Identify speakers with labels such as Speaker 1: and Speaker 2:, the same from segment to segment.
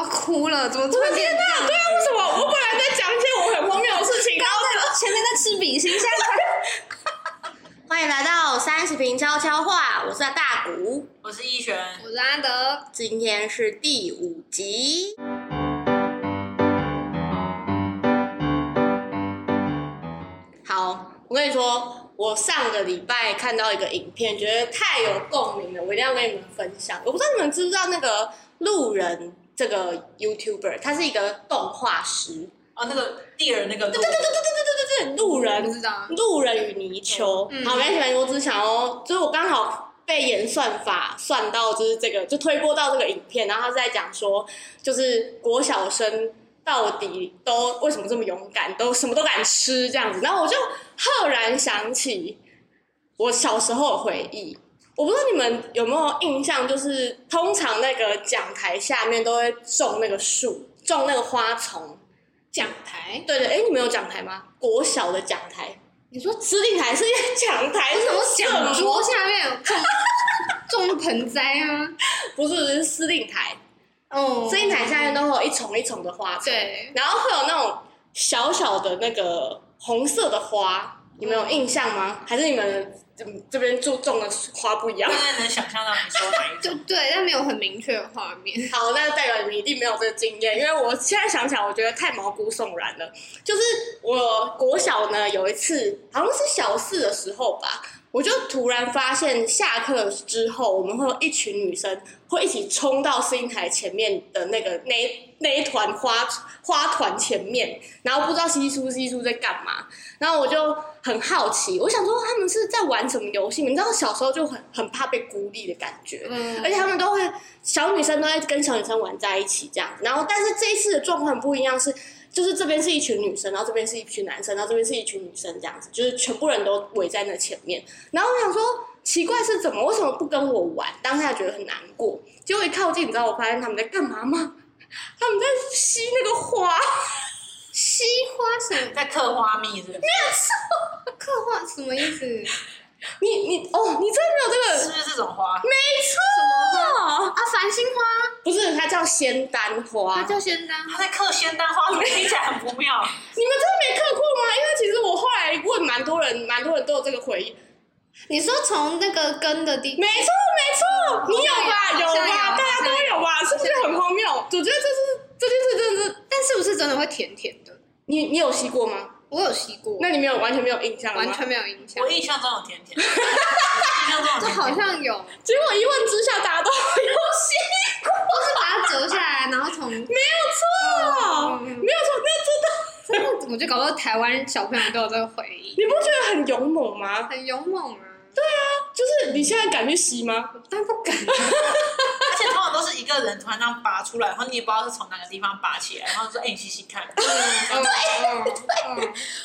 Speaker 1: 哭了，怎么突
Speaker 2: 我
Speaker 1: 然
Speaker 2: 的
Speaker 1: 变
Speaker 2: 天
Speaker 1: 这样
Speaker 2: 哪！对啊，为什么我本来在讲一些我很荒谬的事情，然后
Speaker 3: 前面在吃比心，现在才。欢迎来到三十平悄悄话，我是大谷，
Speaker 4: 我是逸璇，
Speaker 1: 我是阿德，
Speaker 3: 今天是第五集。好，我跟你说，我上个礼拜看到一个影片，觉得太有共鸣了，我一定要跟你们分享。我不知道你们知不知道那个路人这个 YouTuber，他是一个动画师，
Speaker 4: 哦，那个地人那个路，
Speaker 3: 对对对对对对，路人
Speaker 1: 不知道，
Speaker 3: 路人与泥鳅。
Speaker 1: 嗯
Speaker 3: 好，没关系，我只是想要，就是我刚好被演算法算到，就是这个就推播到这个影片，然后他是在讲说，就是国小生到底都为什么这么勇敢，都什么都敢吃这样子，然后我就赫然想起我小时候的回忆。我不知道你们有没有印象，就是通常那个讲台下面都会种那个树，种那个花丛。
Speaker 1: 讲台，
Speaker 3: 对对，哎，你们有讲台吗？国小的讲台，
Speaker 1: 你说
Speaker 3: 司令台是讲台，什么
Speaker 1: 讲桌下面有种 种盆栽啊？
Speaker 3: 不是，不是司令台，
Speaker 1: 哦
Speaker 3: 司令台下面都会有一丛一丛的花，，
Speaker 1: 对，
Speaker 3: 然后会有那种小小的那个红色的花，你们有印象吗？还是你们嗯这边注重的花不一样
Speaker 4: 我？现在能想象到你说哪一
Speaker 1: 就
Speaker 4: 种？
Speaker 1: 对，但没有很明确的画面。
Speaker 3: 好，那代表你们一定没有这个经验，因为我现在想起来，我觉得太毛骨悚然了。就是我国小呢有一次，好像是小四的时候吧，我就突然发现下课之后，我们会有一群女生会一起冲到收银台前面的那个那一那一团花花团前面，然后不知道稀疏稀疏在干嘛，然后我就很好奇，我想说他们是在玩什么游戏？你知道小时候就很很怕被孤立的感觉，
Speaker 1: 嗯
Speaker 3: 而且他们都会小女生都会跟小女生玩在一起这样子。然后，但是这一次的状况不一样是，就是这边是一群女生，然后这边是一群男生，然后这边是一群女生这样子，就是全部人都围在那前面。然后我想说，奇怪是怎么？为什么不跟我玩？当下觉得很难过。结果一靠近，你知道我发现他们在干嘛吗？他们在吸那个花，
Speaker 1: 西花什么？
Speaker 4: 在刻花蜜是不是？
Speaker 1: 刻画什么意思？什
Speaker 3: 你你哦，你真的没有这个
Speaker 4: 是不是这种花？
Speaker 1: 么花啊？繁星花，啊
Speaker 3: 不是，它叫仙丹花。
Speaker 1: 它叫仙丹
Speaker 4: 他在刻仙丹花，怎么听起来很不妙？
Speaker 3: 你们真的没看过吗？因为其实我后来问蛮多人，蛮多人都有这个回忆。
Speaker 1: 你说从那个根的地
Speaker 3: 没错，没错，你有吧？
Speaker 1: 好像
Speaker 3: 有
Speaker 1: 有好
Speaker 3: 吧？
Speaker 1: 像有
Speaker 3: 大家都有吧？是不是很荒谬？我觉得这是这件事真的是，
Speaker 1: 但是不是真的会甜甜的？
Speaker 3: 你你有吸过吗？
Speaker 1: 我有吸过，
Speaker 3: 那你没有完全没有印象吗？
Speaker 1: 完全没有印象
Speaker 4: 我。印象中有甜甜，印象中有
Speaker 1: 这
Speaker 4: 甜
Speaker 1: 好
Speaker 4: 甜。
Speaker 1: 像有，就
Speaker 3: 结果一问之下，大家都有吸过，
Speaker 1: 是把它折下来，然后从
Speaker 3: 没有错，
Speaker 1: 嗯嗯嗯
Speaker 3: 没有错，那真的，
Speaker 1: 真的，我就搞到台湾小朋友都有这个回忆，
Speaker 3: 你不觉得很勇猛吗？
Speaker 1: 很勇猛啊！
Speaker 3: 就是你现在敢去吸吗？
Speaker 1: 但不敢，
Speaker 4: 而且通常都是一个人突然这样拔出来，然后你也不知道是从哪个地方拔起来，然后说：“哎，你洗洗看。
Speaker 1: 对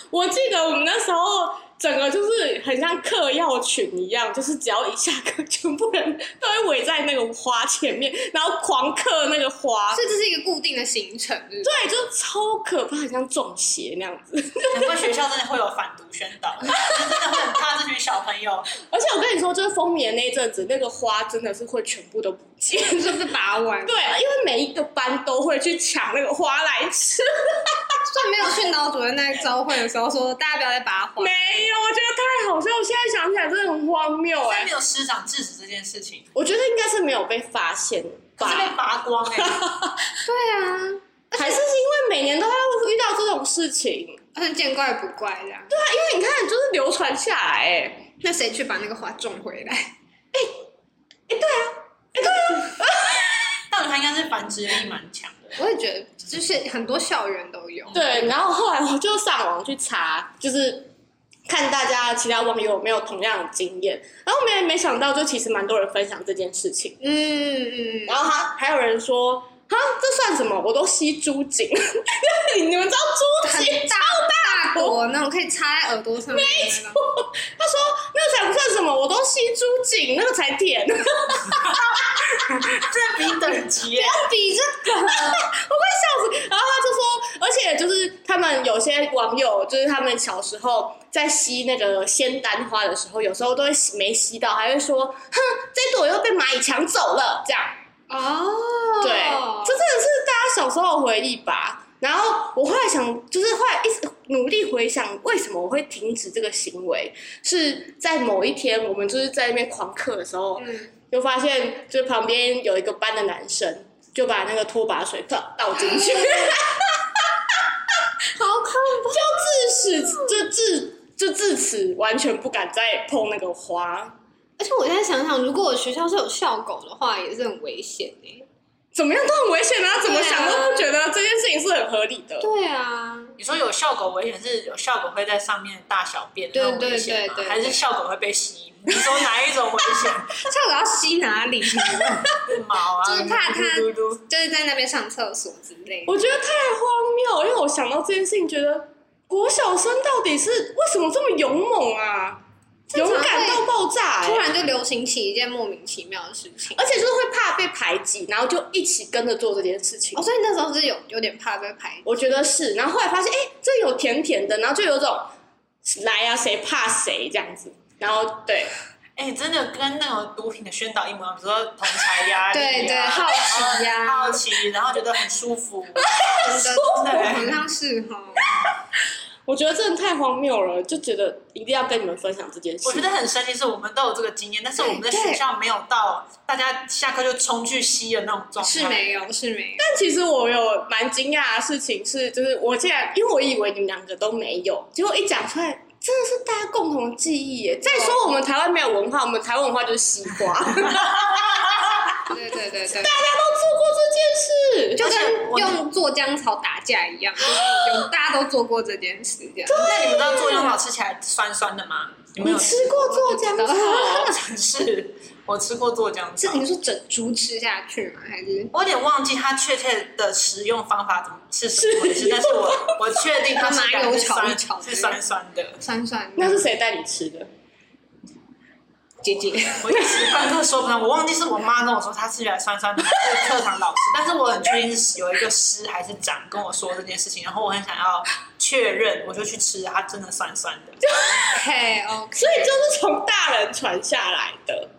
Speaker 3: 我记得我们那时候整个就是很像嗑药群一样，就是只要一下课，全部人都会围在那个花前面，然后狂嗑那个花。
Speaker 1: 所以这是一个固定的行程，对不对
Speaker 3: 对，就是超可怕，很像中邪那样子。”
Speaker 4: 难怪学校真的会有反毒宣导，真的会很怕这群小朋友。
Speaker 3: 而且我跟你说，就是风靡的那一阵子，那个花真的是会全部都不见。
Speaker 1: 是不是拔完？
Speaker 3: 对，因为每一个班都会去抢那个花来吃。
Speaker 1: 虽然没有训导主任在招会的时候说大家不要再拔花，
Speaker 3: 没有，我觉得太好笑，我现在想起来真的很荒谬
Speaker 4: 虽
Speaker 3: 哎、
Speaker 4: 然没有师长制止这件事情，
Speaker 3: 我觉得应该是没有被发现
Speaker 4: 可
Speaker 3: 吧
Speaker 4: 是。被拔光哎、
Speaker 1: 对啊，
Speaker 3: 还是是因为每年都会遇到这种事情。
Speaker 1: 而且见怪不怪这样。
Speaker 3: 对啊，因为你看，就是流传下来、哎，
Speaker 1: 那谁去把那个花种回来？
Speaker 4: 但我觉得他应该是繁殖力蛮强 的。
Speaker 1: 我也觉得，就是很多校园都有。
Speaker 3: 对。然后后来我就上网去查，就是看大家其他网友有没有同样的经验。然后没没想到，就其实蛮多人分享这件事情。
Speaker 1: 嗯嗯
Speaker 3: 然后还还有人说，哈，这算什么？我都吸猪颈， 你们知道猪
Speaker 1: 很
Speaker 3: 颈？
Speaker 1: 大大果那种可以插在耳朵上面的那种，
Speaker 3: 他说那才不算什么，我都吸猪颈，那个才甜。
Speaker 4: 这比等级耶、
Speaker 1: 比这 个
Speaker 3: 我快笑死！然后他就说，而且就是他们有些网友，就是他们小时候在吸那个仙丹花的时候，有时候都会吸没吸到，还会说：“哼，这朵又被蚂蚁抢走了。”这样，
Speaker 1: 哦，
Speaker 3: 对，这真的是大家小时候的回忆吧。然后我后来想，就是后来一直努力回想，为什么我会停止这个行为？是在某一天，我们就是在那边狂课的时候，
Speaker 1: 嗯，
Speaker 3: 就发现就旁边有一个班的男生就把那个拖把水倒倒进去，
Speaker 1: 好恐怖，
Speaker 3: 就自始就自就自此完全不敢再碰那个花。
Speaker 1: 而且我现在想想，如果我学校是有校狗的话，也是很危险哎、
Speaker 3: 怎么样都很危险啊！怎么想
Speaker 1: 对啊
Speaker 3: 都不觉得这件事情是很合理的。
Speaker 1: 对啊，
Speaker 4: 你说有效狗危险是有效狗会在上面大小便的
Speaker 1: 对
Speaker 4: 那种危险吗？
Speaker 1: 对对对
Speaker 4: 还是效狗会被吸？你说哪一种危险？
Speaker 1: 校狗要吸哪里？ 就是
Speaker 4: 是毛啊，
Speaker 1: 就是怕它
Speaker 4: 噜噜噜
Speaker 1: 在那边上厕所之类的。
Speaker 3: 我觉得太荒谬，因为我想到这件事情，觉得国小生到底是为什么这么勇猛啊？
Speaker 1: 常
Speaker 3: 勇
Speaker 1: 会
Speaker 3: 敢到爆炸、欸，
Speaker 1: 突然就流行起一件莫名其妙的事情，
Speaker 3: 而且就是会怕被排挤，然后就一起跟着做这件事情。
Speaker 1: 哦，所以那时候是有有点怕被排挤。
Speaker 3: 我觉得是，然后后来发现，哎、这有甜甜的，然后就有种来啊，谁怕谁这样子。然后对，
Speaker 4: 哎、真的跟那种毒品的宣导一模一样，比如说同才压力、啊，
Speaker 1: 对对，好奇呀、
Speaker 4: 好奇，然后觉得很舒服。
Speaker 1: 真的哦
Speaker 4: 对
Speaker 1: 好像是哈。
Speaker 3: 我觉得真的太荒谬了，就觉得一定要跟你们分享这件事。
Speaker 4: 我觉得很神奇，是我们都有这个经验，但是我们在学校没有到大家下课就冲去吸的那种状 态。
Speaker 1: 是没有，是没有。
Speaker 3: 但其实我有蛮惊讶的事情是，就是我竟然因为我以为你们两个都没有，结果一讲出来，真的是大家共同记忆耶。再说我们台湾没有文化，我们台湾文化就是西 瓜，大家都做
Speaker 1: 对对对对，
Speaker 3: 过这件 事，
Speaker 1: 就
Speaker 4: 而且
Speaker 1: 跟
Speaker 4: 我
Speaker 1: 用做姜草打架一样，就是有大家都做过这件事，这样。
Speaker 4: 那你们知道做姜草吃起来酸酸的吗？你们
Speaker 3: 你
Speaker 4: 有
Speaker 1: 嗯
Speaker 3: 吃过做姜草？
Speaker 4: 是，我吃过做姜
Speaker 1: 是
Speaker 4: 草。
Speaker 1: 你说整株吃下去吗？还是
Speaker 4: 我有点忘记它确切的食用方法怎么是什么回事，但是我我确定它吃起来是
Speaker 1: 麻油
Speaker 4: 酸
Speaker 1: 炒一炒
Speaker 4: 是酸酸的。
Speaker 1: 酸酸的？
Speaker 3: 那是谁带你吃的？
Speaker 1: 姐姐，
Speaker 4: 我一时半刻说不上，我忘记是我妈跟我说她吃起来酸酸的，还是课堂老师，但是我很确定是有一个师还是长跟我说这件事情，然后我很想要确认，我就去吃，它真的酸酸的。
Speaker 1: 嘿，OK。
Speaker 3: 所以就是从大人传下来的。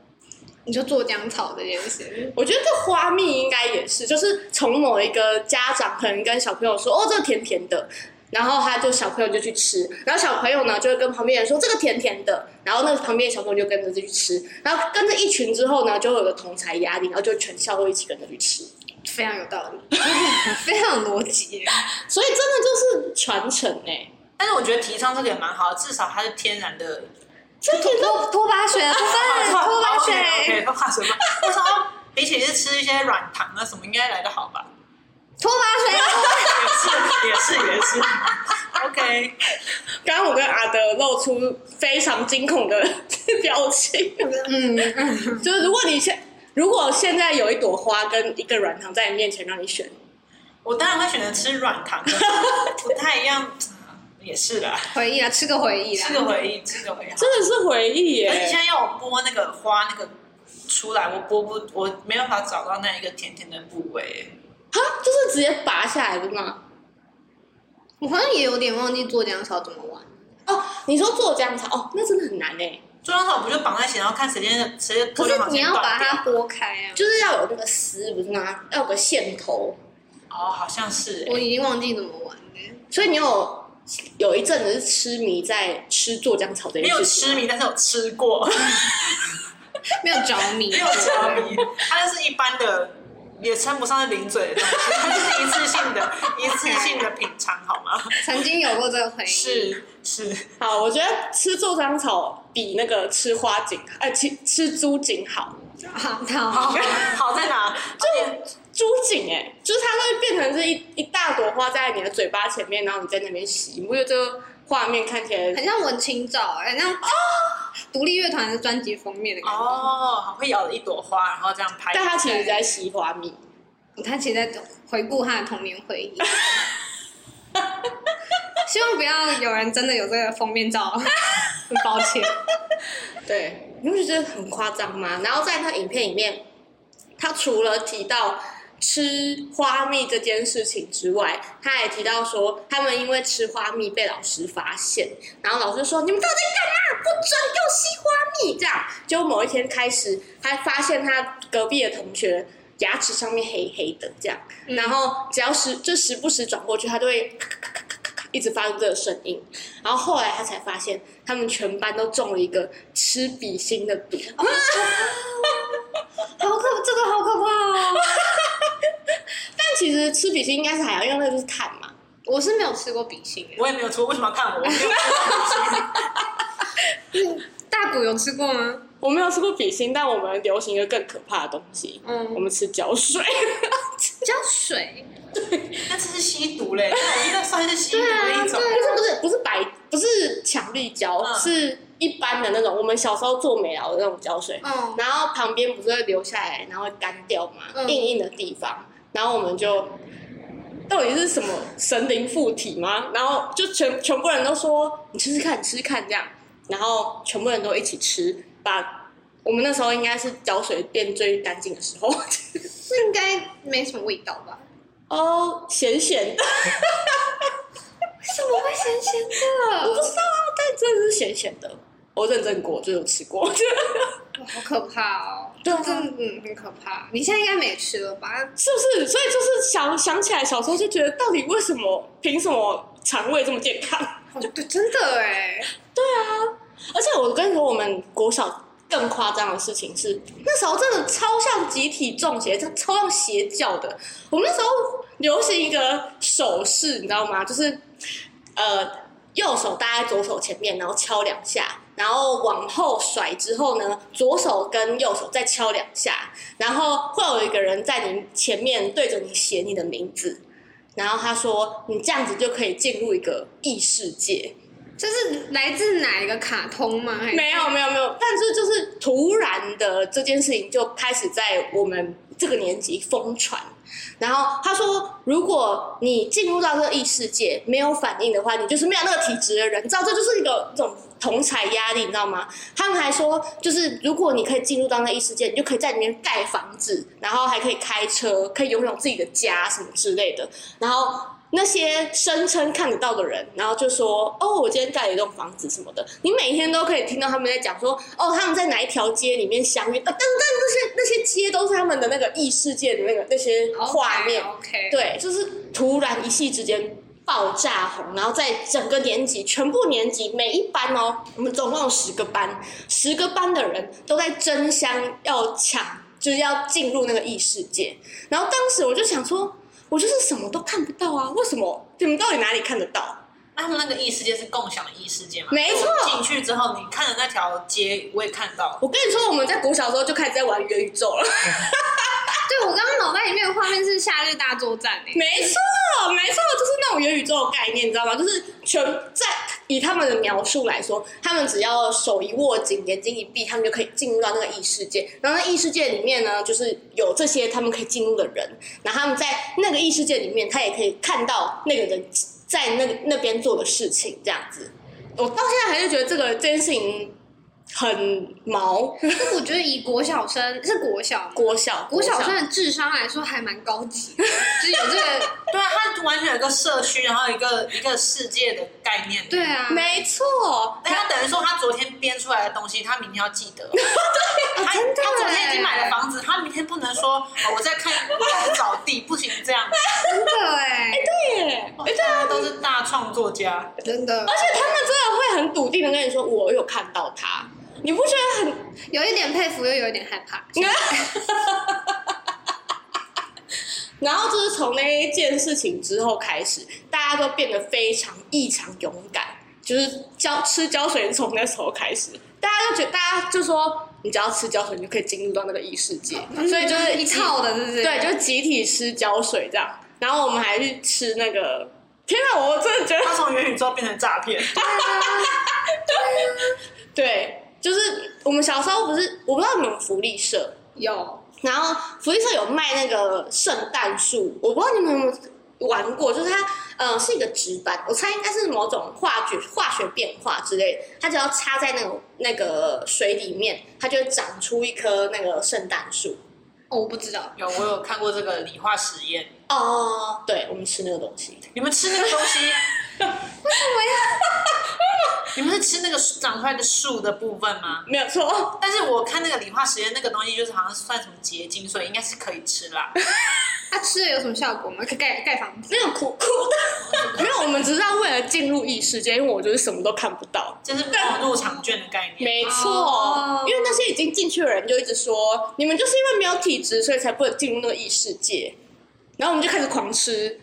Speaker 1: 你说做姜草这件事，
Speaker 3: 我觉得这花蜜应该也是，就是从某一个家长可能跟小朋友说，哦，这个甜甜的。然后他就小朋友就去吃，然后小朋友呢就会跟旁边人说这个甜甜的，然后那个旁边的小朋友就跟着去吃，然后跟着一群之后呢，就会有个同才压力，然后就全校会一起跟着去吃，
Speaker 1: 非常有道理， 非常有逻辑耶。
Speaker 3: 所以真的就是传承哎、
Speaker 4: 但是我觉得提倡这个也蛮好的，至少它是天然的。
Speaker 3: 这甜的
Speaker 1: 拖拖把水啊，拖把拖把水，
Speaker 4: OK，拖把水吧。我想说，比起是吃一些软糖啊什么，应该来的好吧？
Speaker 1: 拖把水啊，
Speaker 4: 也是，也是，也是。OK，
Speaker 3: 刚刚我跟阿德露出非常惊恐的 表情，
Speaker 1: 嗯嗯，
Speaker 3: 就是如果你现如果现在有一朵花跟一个软糖在你面前让你选，
Speaker 4: 我当然会选择吃软糖， 可是不太一样，也是啦，
Speaker 1: 回忆啊，吃个回忆
Speaker 4: 吃个
Speaker 1: 啦。
Speaker 4: 回忆，吃个回忆。
Speaker 3: 真的是回忆
Speaker 4: 而且现
Speaker 3: 耶！
Speaker 4: 在要我剥那个花那个出来，我剥不，我没办法找到那一个甜甜的部位。
Speaker 3: 哈，就是直接拔下来的吗？
Speaker 1: 我好像也有点忘记做姜草怎么玩。
Speaker 3: 哦，你说做姜草哦，那真的很难哎，
Speaker 4: 中央草不就绑在一起，然后看谁先谁的
Speaker 1: 可
Speaker 4: 头先
Speaker 1: 是
Speaker 4: 绑
Speaker 1: 你
Speaker 4: 先
Speaker 1: 要把
Speaker 4: 断掉？
Speaker 1: 它剥开啊！
Speaker 3: 就是要有那个丝，不是吗？要有个线头，
Speaker 4: 哦，好像是、
Speaker 1: 我
Speaker 4: 欸。
Speaker 1: 已经忘记怎么玩了。
Speaker 3: 所以你有有一阵子是痴迷在吃做姜草这
Speaker 4: 没
Speaker 3: 件
Speaker 4: 有
Speaker 3: 事情，
Speaker 4: 痴迷，但是有吃过，
Speaker 1: 没有着迷，
Speaker 4: 没有痴迷，它就是一般的，也称不上是零嘴的东西，它就是一次性的、一次性的品尝，好吗？
Speaker 1: 曾经有过这个回忆。，
Speaker 4: 是是，
Speaker 3: 好，我觉得吃做姜草比那个吃花锦，哎、吃吃猪锦好。
Speaker 1: 好
Speaker 4: 好
Speaker 1: 哦好，
Speaker 4: 好在哪？就
Speaker 3: 猪颈哎、就是它会变成是一一大朵花在你的嘴巴前面，然后你在那边洗，你不觉得这个画面看起来
Speaker 1: 很像文青照，欸很像独立乐团的专辑封面的感觉。
Speaker 4: 哦，好会咬了一朵花，然后这样拍。
Speaker 3: 但它其实在吸花蜜。
Speaker 1: 他其实在回顾他的童年回 忆。希望不要有人真的有这个封面 照，很抱歉。
Speaker 3: 对，你不觉得很夸张吗？然后在那影片里面，他除了提到吃花蜜这件事情之外，他也提到说，他们因为吃花蜜被老师发现，然后老师说：“你们到底在干嘛？不准用吸花蜜！”这样，结果某一天开始，还发现他隔壁的同学牙齿上面黑黑的这样，
Speaker 1: 嗯
Speaker 3: 然后只要时就时不时转过去，它都会咔咔咔咔咔咔一直发出这个声音。然后后来他才发现，他们全班都中了一个吃比心的哦毒，
Speaker 1: 好可，这个好可怕哦！
Speaker 3: 但其实吃比心应该是还好，因为那个就是碳嘛。
Speaker 1: 我是没有吃过比心耶，
Speaker 4: 我也没有错，为什么要看我？我没有
Speaker 1: 大骨有吃过吗？
Speaker 3: 我没有吃过比心，但我们流行一个更可怕的东西，我
Speaker 1: 嗯，
Speaker 3: 们吃胶水。
Speaker 1: 加水，
Speaker 4: 但这是吸毒嘞，那我觉得算是吸毒 的一种。
Speaker 3: 啊不是不是不是白不是强力胶，
Speaker 4: 嗯
Speaker 3: 是一般的那种我们小时候做美劳的那种胶水，
Speaker 1: 嗯，
Speaker 3: 然后旁边不是会留下来，然后干掉嘛，
Speaker 1: 嗯
Speaker 3: 硬硬的地方，然后我们就到底是什么神灵附体吗？然后就全全部人都说你吃吃看，你吃吃看这样，然后全部人都一起吃，把我们那时候应该是胶水变最干净的时候，
Speaker 1: 这应该没什么味道吧？
Speaker 3: 哦，咸咸的，
Speaker 1: 为什么会咸咸
Speaker 3: 我不
Speaker 1: 的？
Speaker 3: 知道啊，但真的是咸咸的，我认证过，就有吃过。
Speaker 1: 哇 好可怕哦！
Speaker 3: 对啊
Speaker 1: 这嗯，很可怕。你现在应该没吃了吧？
Speaker 3: 是不是？所以就是想想起来，小时候就觉得，到底为什么，凭什么肠胃这么健康？
Speaker 1: 哦，对，真的哎，
Speaker 3: 而且我跟你说，我们国小更夸张的事情是，那时候真的超像集体中邪，真的超像邪教的。我们那时候流行一个手势，你知道吗？就是呃，右手搭在左手前面，然后敲两下，然后往后甩之后呢，左手跟右手再敲两下，然后会有一个人在你前面对着你写你的名字。然后他说：“你这样子就可以进入一个异世界。”
Speaker 1: 这是来自哪一个卡通吗？还是
Speaker 3: 没有没有没有，但是就是突然的这件事情就开始在我们这个年级疯传。然后他说，如果你进入到这个异世界没有反应的话，你就是没有那个体质的人。你知道，这就是一个这种同彩压力，你知道吗？他们还说，就是如果你可以进入到那异世界，你就可以在里面盖房子，然后还可以开车，可以拥有自己的家什么之类的。然后那些声称看得到的人，然后就说：“哦，我今天盖了一栋房子什么的。”你每天都可以听到他们在讲说：“哦，他们在哪一条街里面相遇。呃”但但那些那些街都是他们的那个异世界的那个那些画面。
Speaker 1: ？OK，
Speaker 3: 对，就是突然一夕之间爆炸红，然后在整个年级，全部年级每一班哦，我们总共有十个班，十个班的人都在争相要抢，就是要进入那个异世界。然后当时我就想说，我就是什么都看不到啊，为什么你们到底哪里看得到？
Speaker 4: 那他们那个异世界是共享的异世界嘛？
Speaker 3: 没错
Speaker 4: 就进去之后，你看的那条街，我也看到了。
Speaker 3: 我跟你说，我们在国小的时候就开始在玩元宇宙了。
Speaker 1: 对我刚刚脑袋里面的画面是《夏日大作战》 哎，
Speaker 3: 没错，没错，就是那种元宇宙的概念，你知道吗？就是全在以他们的描述来说，他们只要手一握紧，眼睛一闭，他们就可以进入到那个异世界。然后那异世界里面呢，就是有这些他们可以进入的人，然后他们在那个异世界里面，他也可以看到那个人在那个那边做的事情，这样子。我哦到现在还是觉得这个这件事情很毛，
Speaker 1: 可是我觉得以国小生是国小吗
Speaker 3: 国小
Speaker 1: 国小生的智商来说还蛮高级的，就是有这个
Speaker 4: 对啊，它完全有一个社区，然后一个一个世界的概念。
Speaker 1: 对。啊，
Speaker 3: 没错，
Speaker 1: 哎
Speaker 4: 但他等于说，他昨天编出来的东西，他明天要记得。他他
Speaker 1: 真的耶
Speaker 4: 昨天已经买了房子，他明天不能说哦我在看，我在找地，不行这样。
Speaker 1: 真的哎，
Speaker 3: 对耶，
Speaker 4: 大家都是大创作家，
Speaker 1: 真的
Speaker 3: 而且他们真的会很笃定的跟你说，我有看到他，你不觉得很？
Speaker 1: 有一点佩服，又有一点害怕。
Speaker 3: 然后就是从那一件事情之后开始，大家都变得非常异常勇敢，就是胶吃胶水是从那时候开始，大家就觉大家就说，你只要吃胶水，你就可以进入到那个异世界，所以就是
Speaker 1: 嗯一
Speaker 3: 集
Speaker 1: 套的，是不是？
Speaker 3: 对，就是集体吃胶水这样。然后我们还去吃那个，天哪，我真的觉得
Speaker 4: 他从元宇宙变成诈骗。
Speaker 3: 对，就是我们小时候不是，我不知道你们有福利社，
Speaker 1: 有
Speaker 3: 然后福利社有卖那个圣诞树，我不知道你们有没有玩过，就是它呃是一个纸板，我猜应该是某种化学化学变化之类的，它只要插在那个那个水里面，它就会长出一棵那个圣诞树。
Speaker 1: 哦，我不知道，
Speaker 4: 有，我有看过这个理化实验。
Speaker 3: 哦， 对，我们吃那个东西，
Speaker 4: 你们吃那个东西，为什么呀？ 你们是吃那个长出来的树的部分吗？
Speaker 3: 没有错，
Speaker 4: 但是我看那个理化实验那个东西，就是好像算什么结晶，所以应该是可以吃啦。
Speaker 1: 他啊吃了有什么效果吗？可以盖盖房子？
Speaker 3: 没有苦苦的， 没有，我们只是要为了进入异世界，因为我就是什么都看不到。
Speaker 4: 就是那种入场券的概念。
Speaker 3: 没错，
Speaker 1: 哦
Speaker 3: 因为那些已经进去的人就一直说，你们就是因为没有体质，所以才不能进入那个异世界。然后我们就开始狂吃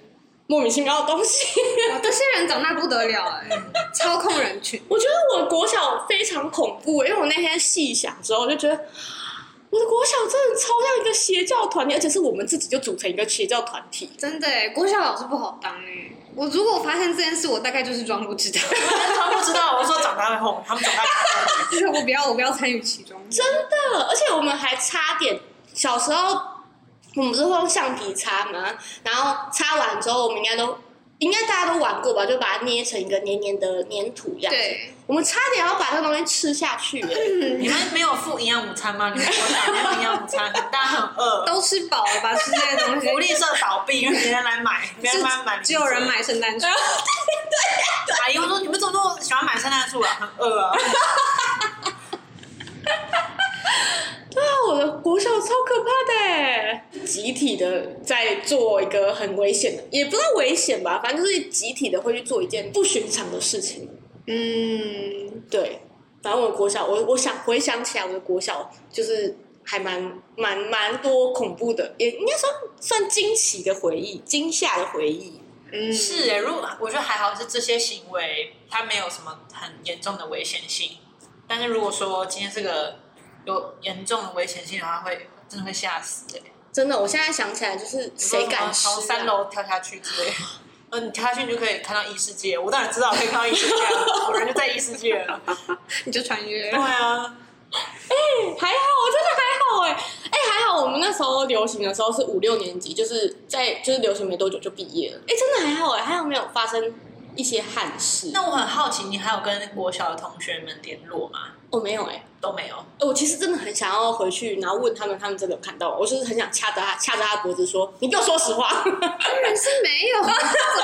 Speaker 3: 莫名其妙的东西。
Speaker 1: 哇，这些人长大不得了哎、操控人群。
Speaker 3: 我觉得我国小非常恐怖，因为我那天细想之后，我就觉得我的国小真的超像一个邪教团体，而且是我们自己就组成一个邪教团体。
Speaker 1: 真的哎，国小老师不好当哎。我如果发现这件事，我大概就是装不知道，
Speaker 4: 他们不知道，我说长大会后，他们长大会后。
Speaker 1: 就是我不要，我不要参与其中。
Speaker 3: 真的，而且我们还差点，小时候我们不是会用橡皮擦吗？然后擦完之后，我们应该都应该大家都玩过吧，就把它捏成一个黏黏的粘土一样。，
Speaker 1: 对，
Speaker 3: 我们差点要把那东西吃下去耶。
Speaker 4: 你们没有付营养午餐吗？你们国小没有营养午餐，大家很饿。
Speaker 1: 都吃饱了吧？吃这些 东西，
Speaker 4: 福利社倒闭，因为没人来买，没人来买，
Speaker 1: 只有人。买圣 诞树。
Speaker 4: 阿哎姨，我说你们怎么那么喜欢买圣诞树啊？很饿啊！
Speaker 3: 啊，我的国小超可怕的耶，集体的在做一个很危险的，也不知道危险吧，反正就是集体的会去做一件不寻常的事情。
Speaker 1: 嗯，
Speaker 3: 对，反正我国小，我我想回想起来，我的国小就是还蛮蛮蛮多恐怖的，也应该算算惊奇的回忆，惊吓的回忆。
Speaker 1: 嗯
Speaker 4: 是哎，如果我觉得还好是这些行为，它没有什么很严重的危险性。但是如果说今天是个有严重的危险性的话，会真的会吓死哎。
Speaker 3: 真的，我现在想起来，就是谁敢吃、啊
Speaker 4: 从嗯三？楼跳下去之类的？呃，你跳下去你就可以看到异世界。我当然知道可以看到异世界了，我人就在异世界了。
Speaker 1: 你就穿越
Speaker 4: 对。啊，
Speaker 3: 还好，我真的还好哎、哎、还好我们那时候流行的时候是五六年级，就是在就是流行没多久就毕业了。哎、真的还好哎、还好没有发生一些憾事。
Speaker 4: 那我很好奇，你还有跟国小的同学们联络吗？
Speaker 3: 我、没有哎、
Speaker 4: 都没有。
Speaker 3: 我其实真的很想要回去，然后问他们，他们真的有看到我，我就是很想掐着他，掐着他脖子说：“你给我说实话。”因
Speaker 1: 当然是没 有，怎么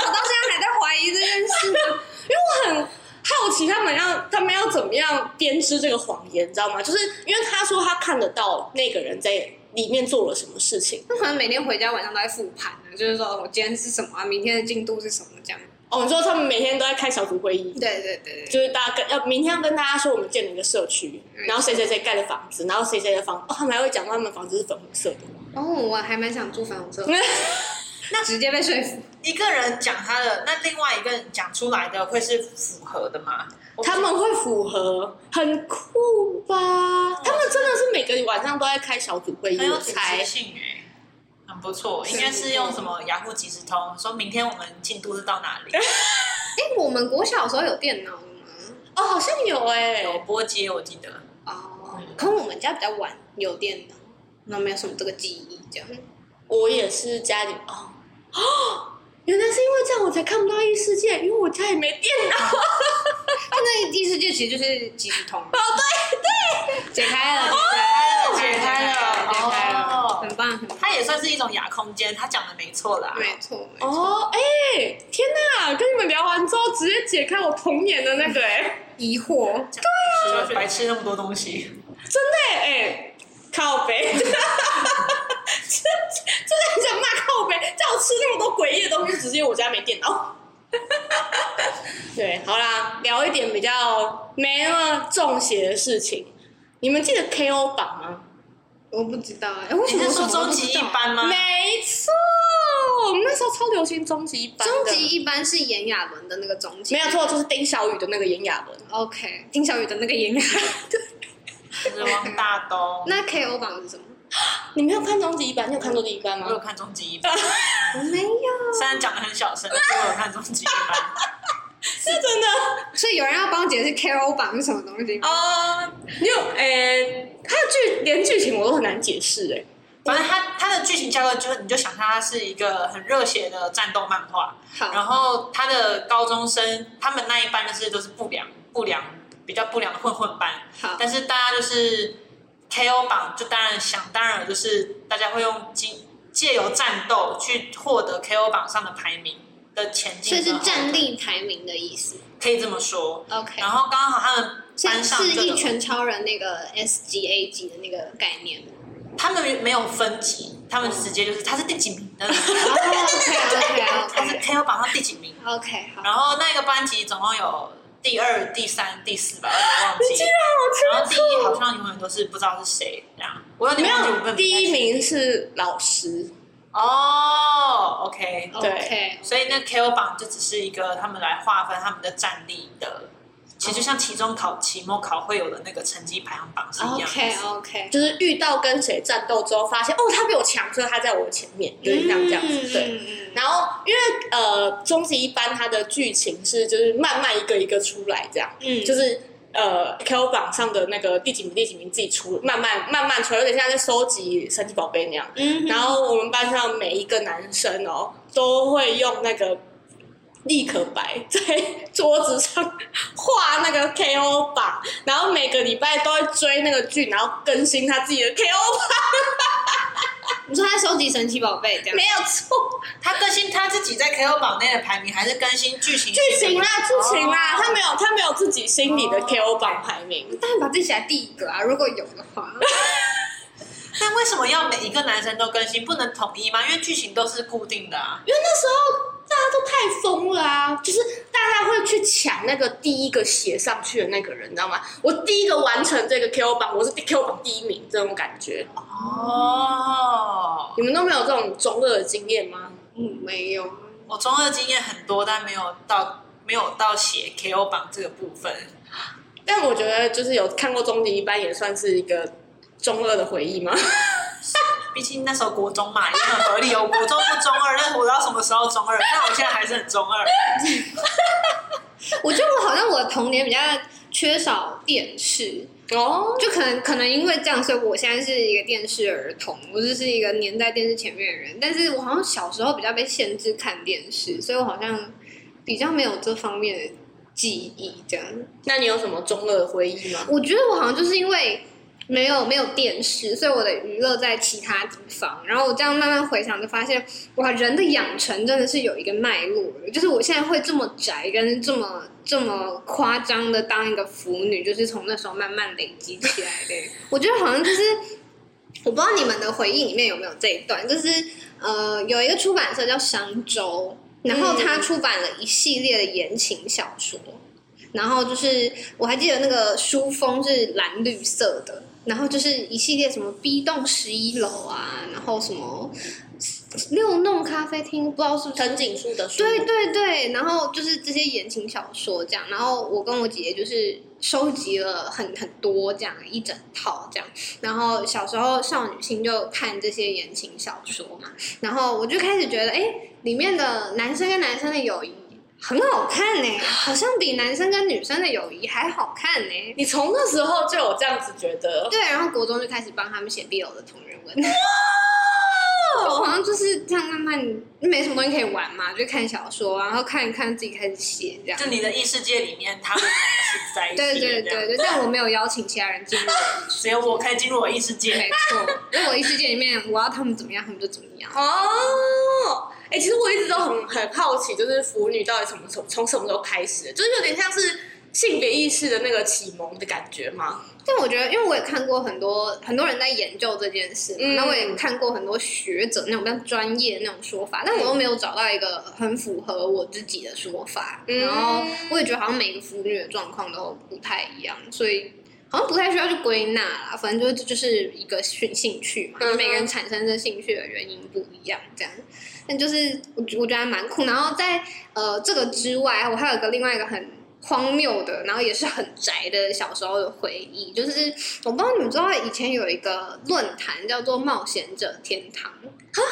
Speaker 1: 到现在还在怀疑这件事呢？
Speaker 3: 为我很好奇他们要他们要怎么样编织这个谎言，你知道吗？就是因为他说他看得到那个人在里面做了什么事情。
Speaker 1: 他可能每天回家晚上都在复盘呢，就是说我今天是什么啊，明天的进度是什么这样。
Speaker 3: 哦，你说他们每天都在开小组会议，
Speaker 1: 对对对对，
Speaker 3: 就是大家跟要明天要跟大家说我们建了一个社区，
Speaker 4: 嗯
Speaker 3: 然后谁谁谁盖的房子，然后谁谁的房，哦，他们还会讲到他们房子是粉红色的。
Speaker 1: 然后哦我还蛮想住粉红色，那直接被说服。
Speaker 4: 一个人讲他的，那另外一个人讲出来的会是符合的吗？我不
Speaker 3: 他们会符合，很酷吧？他们真的是每个晚上都在开小组会议，
Speaker 4: 哦很有
Speaker 3: 我
Speaker 4: 组
Speaker 3: 猜
Speaker 4: 织。性哎、很不错，应该是用什么雅虎即时通说明天我们进度是到哪里？
Speaker 1: 哎，我们国小的时候有电脑吗？
Speaker 3: 哦，好像有哎、
Speaker 4: 有波接，我记得。
Speaker 1: 哦，可能我们家比较晚有电脑，那没有什么这个记忆这样。
Speaker 3: 我也是家里哦 哦，原来是因为这样我才看不到异世界，因为我家也没电 脑。
Speaker 1: 他那异世界其实就是即时通。哦，对对，解开了，
Speaker 4: 解开了，
Speaker 1: 哦解开了，
Speaker 4: 哦，
Speaker 1: 很棒，很棒，
Speaker 4: 它也算是一种亚空间，他讲的没错啦。
Speaker 1: 没错，没错，
Speaker 3: 哦，哎、天哪！跟你们聊完之后，直接解开我童年的那个哎、
Speaker 1: 疑惑。
Speaker 4: 对白吃那么多东西，
Speaker 3: 真的哎、欸靠背，真的很想骂靠背，叫我吃那么多诡异的东西，直接我家没电脑。对，好啦，聊一点比较没那么中邪的事情。你们记得 KO 榜吗？
Speaker 1: 我不知道哎、欸，为什
Speaker 4: 你
Speaker 1: 么
Speaker 4: 是说 终极一？班吗？
Speaker 3: 没错，我们那时候超流行终极一班
Speaker 1: 终
Speaker 3: 的，
Speaker 1: 极一般是炎亚纶的那个终极，
Speaker 3: 没有错，就是丁小雨的那个炎亚纶。
Speaker 1: OK，丁小雨的那个 炎亚纶。
Speaker 4: 是汪大东。
Speaker 1: 那 KO 榜是什么？
Speaker 3: 你没有看终极一班？你有看终极一班吗
Speaker 4: 我？有看终极一班，
Speaker 1: 我没有，
Speaker 4: 虽然讲的很小声，但是我有看终极一班。
Speaker 3: 是真的
Speaker 1: 所以有人要帮我解释 KO 榜是什么东西吗？
Speaker 3: 哦，你有诶，还有剧连剧情我都很难解释哎、
Speaker 4: 反正它它的剧情架构就是，你就想象它是一个很热血的战斗漫画，
Speaker 1: 好，
Speaker 4: 然后他的高中生，他们那一班就是都是不良不良比较不良的混混班，
Speaker 1: 好，
Speaker 4: 但是大家就是 KO 榜，就当然想当然就是大家会用经借由战斗去获得 KO 榜上的排名的前
Speaker 1: 所
Speaker 4: 进
Speaker 1: 以
Speaker 4: 和后退，
Speaker 1: 是战力排名的意思。
Speaker 4: 可以这么说。
Speaker 1: OK，
Speaker 4: 然后刚好他们班
Speaker 1: 像
Speaker 4: 上
Speaker 1: 是
Speaker 4: 就有
Speaker 1: 一拳超人那个 S G A 级的那个概念吗。
Speaker 4: 他们没有分级，他们直接就是他是第几名 的，
Speaker 1: 哦 OK
Speaker 4: 他是
Speaker 1: OK
Speaker 4: 他有榜上第几名。
Speaker 1: OK OK 好。
Speaker 4: 然后那个班级总共有第二、第三、第四吧，我忘记。了。然后第一好像永远都是不知道是谁这样。我有
Speaker 3: 没
Speaker 4: 点忘记我
Speaker 3: 有
Speaker 4: 们
Speaker 3: 第一名是老师，
Speaker 4: 哦，OK。
Speaker 1: OK，
Speaker 4: 所以那 KO 榜就只是一个他们来划分他们的战力的，其实就像期中考、期末考会有的那个成绩排行榜是一样的。
Speaker 1: OK 哦 OK，
Speaker 3: 就是遇到跟谁战斗之后，发现哦他比我强，所以他在我前面，就是这样这样子
Speaker 1: 嗯
Speaker 3: 对。
Speaker 1: 对，
Speaker 3: 然后因为呃，终极一班它的剧情是就是慢慢一个一个出来，这样，
Speaker 1: 嗯
Speaker 3: 就是呃 Q 榜上的那个第几名第几名自己出，慢慢慢慢出来，有点像在收集神奇宝贝那样。
Speaker 1: 嗯
Speaker 3: 然后我们班上每一个男生哦，都会用那个立可白在桌子上画那个 KO 榜，然后每个礼拜都会追那个剧，然后更新他自己的 KO 榜，
Speaker 1: 你说他收集神奇宝贝这样
Speaker 3: 没，有错。
Speaker 4: 他更新他自己在 KO 榜内的排名，还是更新剧情？
Speaker 3: 剧情啊啦，剧情啦，
Speaker 4: 哦
Speaker 3: 他没有他没有自己心里的 KO 榜排名，
Speaker 1: 当然把自己写在第一个啊，如果有的 话。
Speaker 4: 但为什么要每一个男生都更新？不能统一吗？因为剧情都是固定的啊。
Speaker 3: 因为那时候大家都太疯了啊，就是大家会去抢那个第一个写上去的那个人，你知道吗？我第一个完成这个 KO 榜，我是 KO 榜第一名，这种感觉。
Speaker 4: 哦，
Speaker 3: 你们都没有这种中二的经验吗？
Speaker 1: 嗯，没有。
Speaker 4: 我中二经验很多，但没有到没有到写 KO 榜这个部分。
Speaker 3: 但我觉得就是有看过《终极一班》也算是一个中二的回忆嘛。
Speaker 4: 毕竟那时候国中嘛，也很合理哦。我国中不中二，但是我不知道什么时候中二，但我现在还是很中二。
Speaker 1: 我觉得我好像我的童年比较缺少电视，
Speaker 3: 哦，
Speaker 1: 就可能可能因为这样，所以我现在是一个电视儿童，我就是一个黏在电视前面的人。但是我好像小时候比较被限制看电视，所以我好像比较没有这方面的记忆。这样，
Speaker 3: 那你有什么中二的回忆吗？
Speaker 1: 我觉得我好像就是因为没有没有电视，所以我的娱乐在其他地方。然后我这样慢慢回想，就发现哇，人的养成真的是有一个脉络的，就是我现在会这么宅，跟这么这么夸张的当一个腐女，就是从那时候慢慢累积起来的。我觉得好像就是，我不知道你们的回忆里面有没有这一段，就是呃，有一个出版社叫商周，然后他出版了一系列的言情小说。然后就是我还记得那个书封是蓝绿色的，然后就是一系列什么 B 栋十一楼啊，然后什么六弄咖啡厅，不知道是不是
Speaker 3: 藤井树的书，
Speaker 1: 对对对，然后就是这些言情小说这样，然后我跟我姐姐就是收集了很很多这样一整套这样，然后小时候少女心就看这些言情小说嘛，然后我就开始觉得，哎，里面的男生跟男生的友谊很好看呢、好像比男生跟女生的友谊还好看呢、
Speaker 3: 你从那时候就有这样子觉得，
Speaker 1: 对，然后国中就开始帮他们写 BL 的同人文。 就好像就是这样，慢慢没什么东西可以玩嘛，就看小说，啊然后看一看自己开始写这样
Speaker 4: 就。你的异世界里面，他们两个是在一起
Speaker 1: 对
Speaker 4: 的，
Speaker 1: 对
Speaker 4: 这样
Speaker 1: 对对，但我没有邀请其他人进入我的
Speaker 4: 只有我可以进入我异世界。
Speaker 1: 没错，因为我异世界里面，我要他们怎么样，他们就怎么样。
Speaker 3: 哦，哎、其实我一直都很很好奇，就是腐女到底什么从从什么时候开始的，就是有点像是性别意识的那个启蒙的感觉吗？
Speaker 1: 但我觉得，因为我也看过很多很多人在研究这件事嘛，
Speaker 3: 嗯
Speaker 1: 那、我也看过很多学者那种比较专业那种说法，
Speaker 3: 嗯
Speaker 1: 但我又没有找到一个很符合我自己的说法。
Speaker 3: 嗯
Speaker 1: 然后我也觉得好像每个腐女的状况都不太一样，所以好像不太需要去归纳啦。反正就是这就是一个兴兴趣嘛，
Speaker 3: 嗯哼
Speaker 1: 每个人产生的兴趣的原因不一样，这样。但就是我觉我觉得还蛮酷。然后在呃这个之外，我还有一个另外一个很荒谬的，然后也是很宅的小时候的回忆，就是我不知道你们知道以前有一个论坛叫做《冒险者天堂》啊。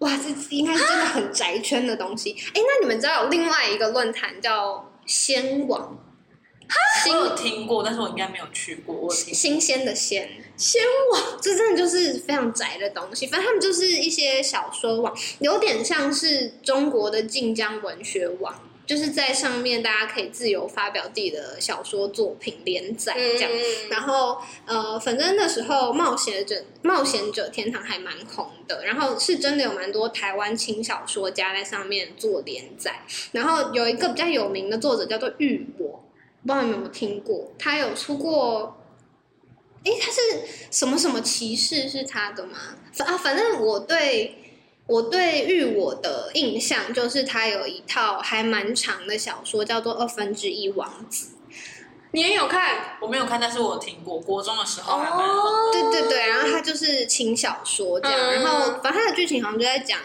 Speaker 1: 哇，这这应该是真的很宅圈的东西。哎，那你们知道有另外一个论坛叫仙网，
Speaker 4: 我
Speaker 1: 新
Speaker 4: 有听过，但是我应该没有去过。我有听过
Speaker 1: 新鲜的鲜，
Speaker 3: 先
Speaker 1: 哇，这真的就是非常宅的东西。反正他们就是一些小说网，有点像是中国的晋江文学网。就是在上面大家可以自由发表自己的小说作品连载这
Speaker 3: 嗯
Speaker 1: 样。然后呃，反正那时候冒险者冒险者天堂还蛮红的，然后是真的有蛮多台湾轻小说家在上面做连载，然后有一个比较有名的作者叫做玉博，不知道你们有没有听过？他有出过。诶，他是什么什么骑士是他的吗？反啊，反正我对我对玉我的印象就是他有一套还蛮长的小说，叫做《二分之一王子》。
Speaker 3: 你也有看
Speaker 4: 我没有看，但是我有听过，国中的时候还蛮红。
Speaker 3: 哦？
Speaker 1: 对对对，然后它就是轻小说这样，
Speaker 3: 嗯
Speaker 1: 然后反正它的剧情好像就在讲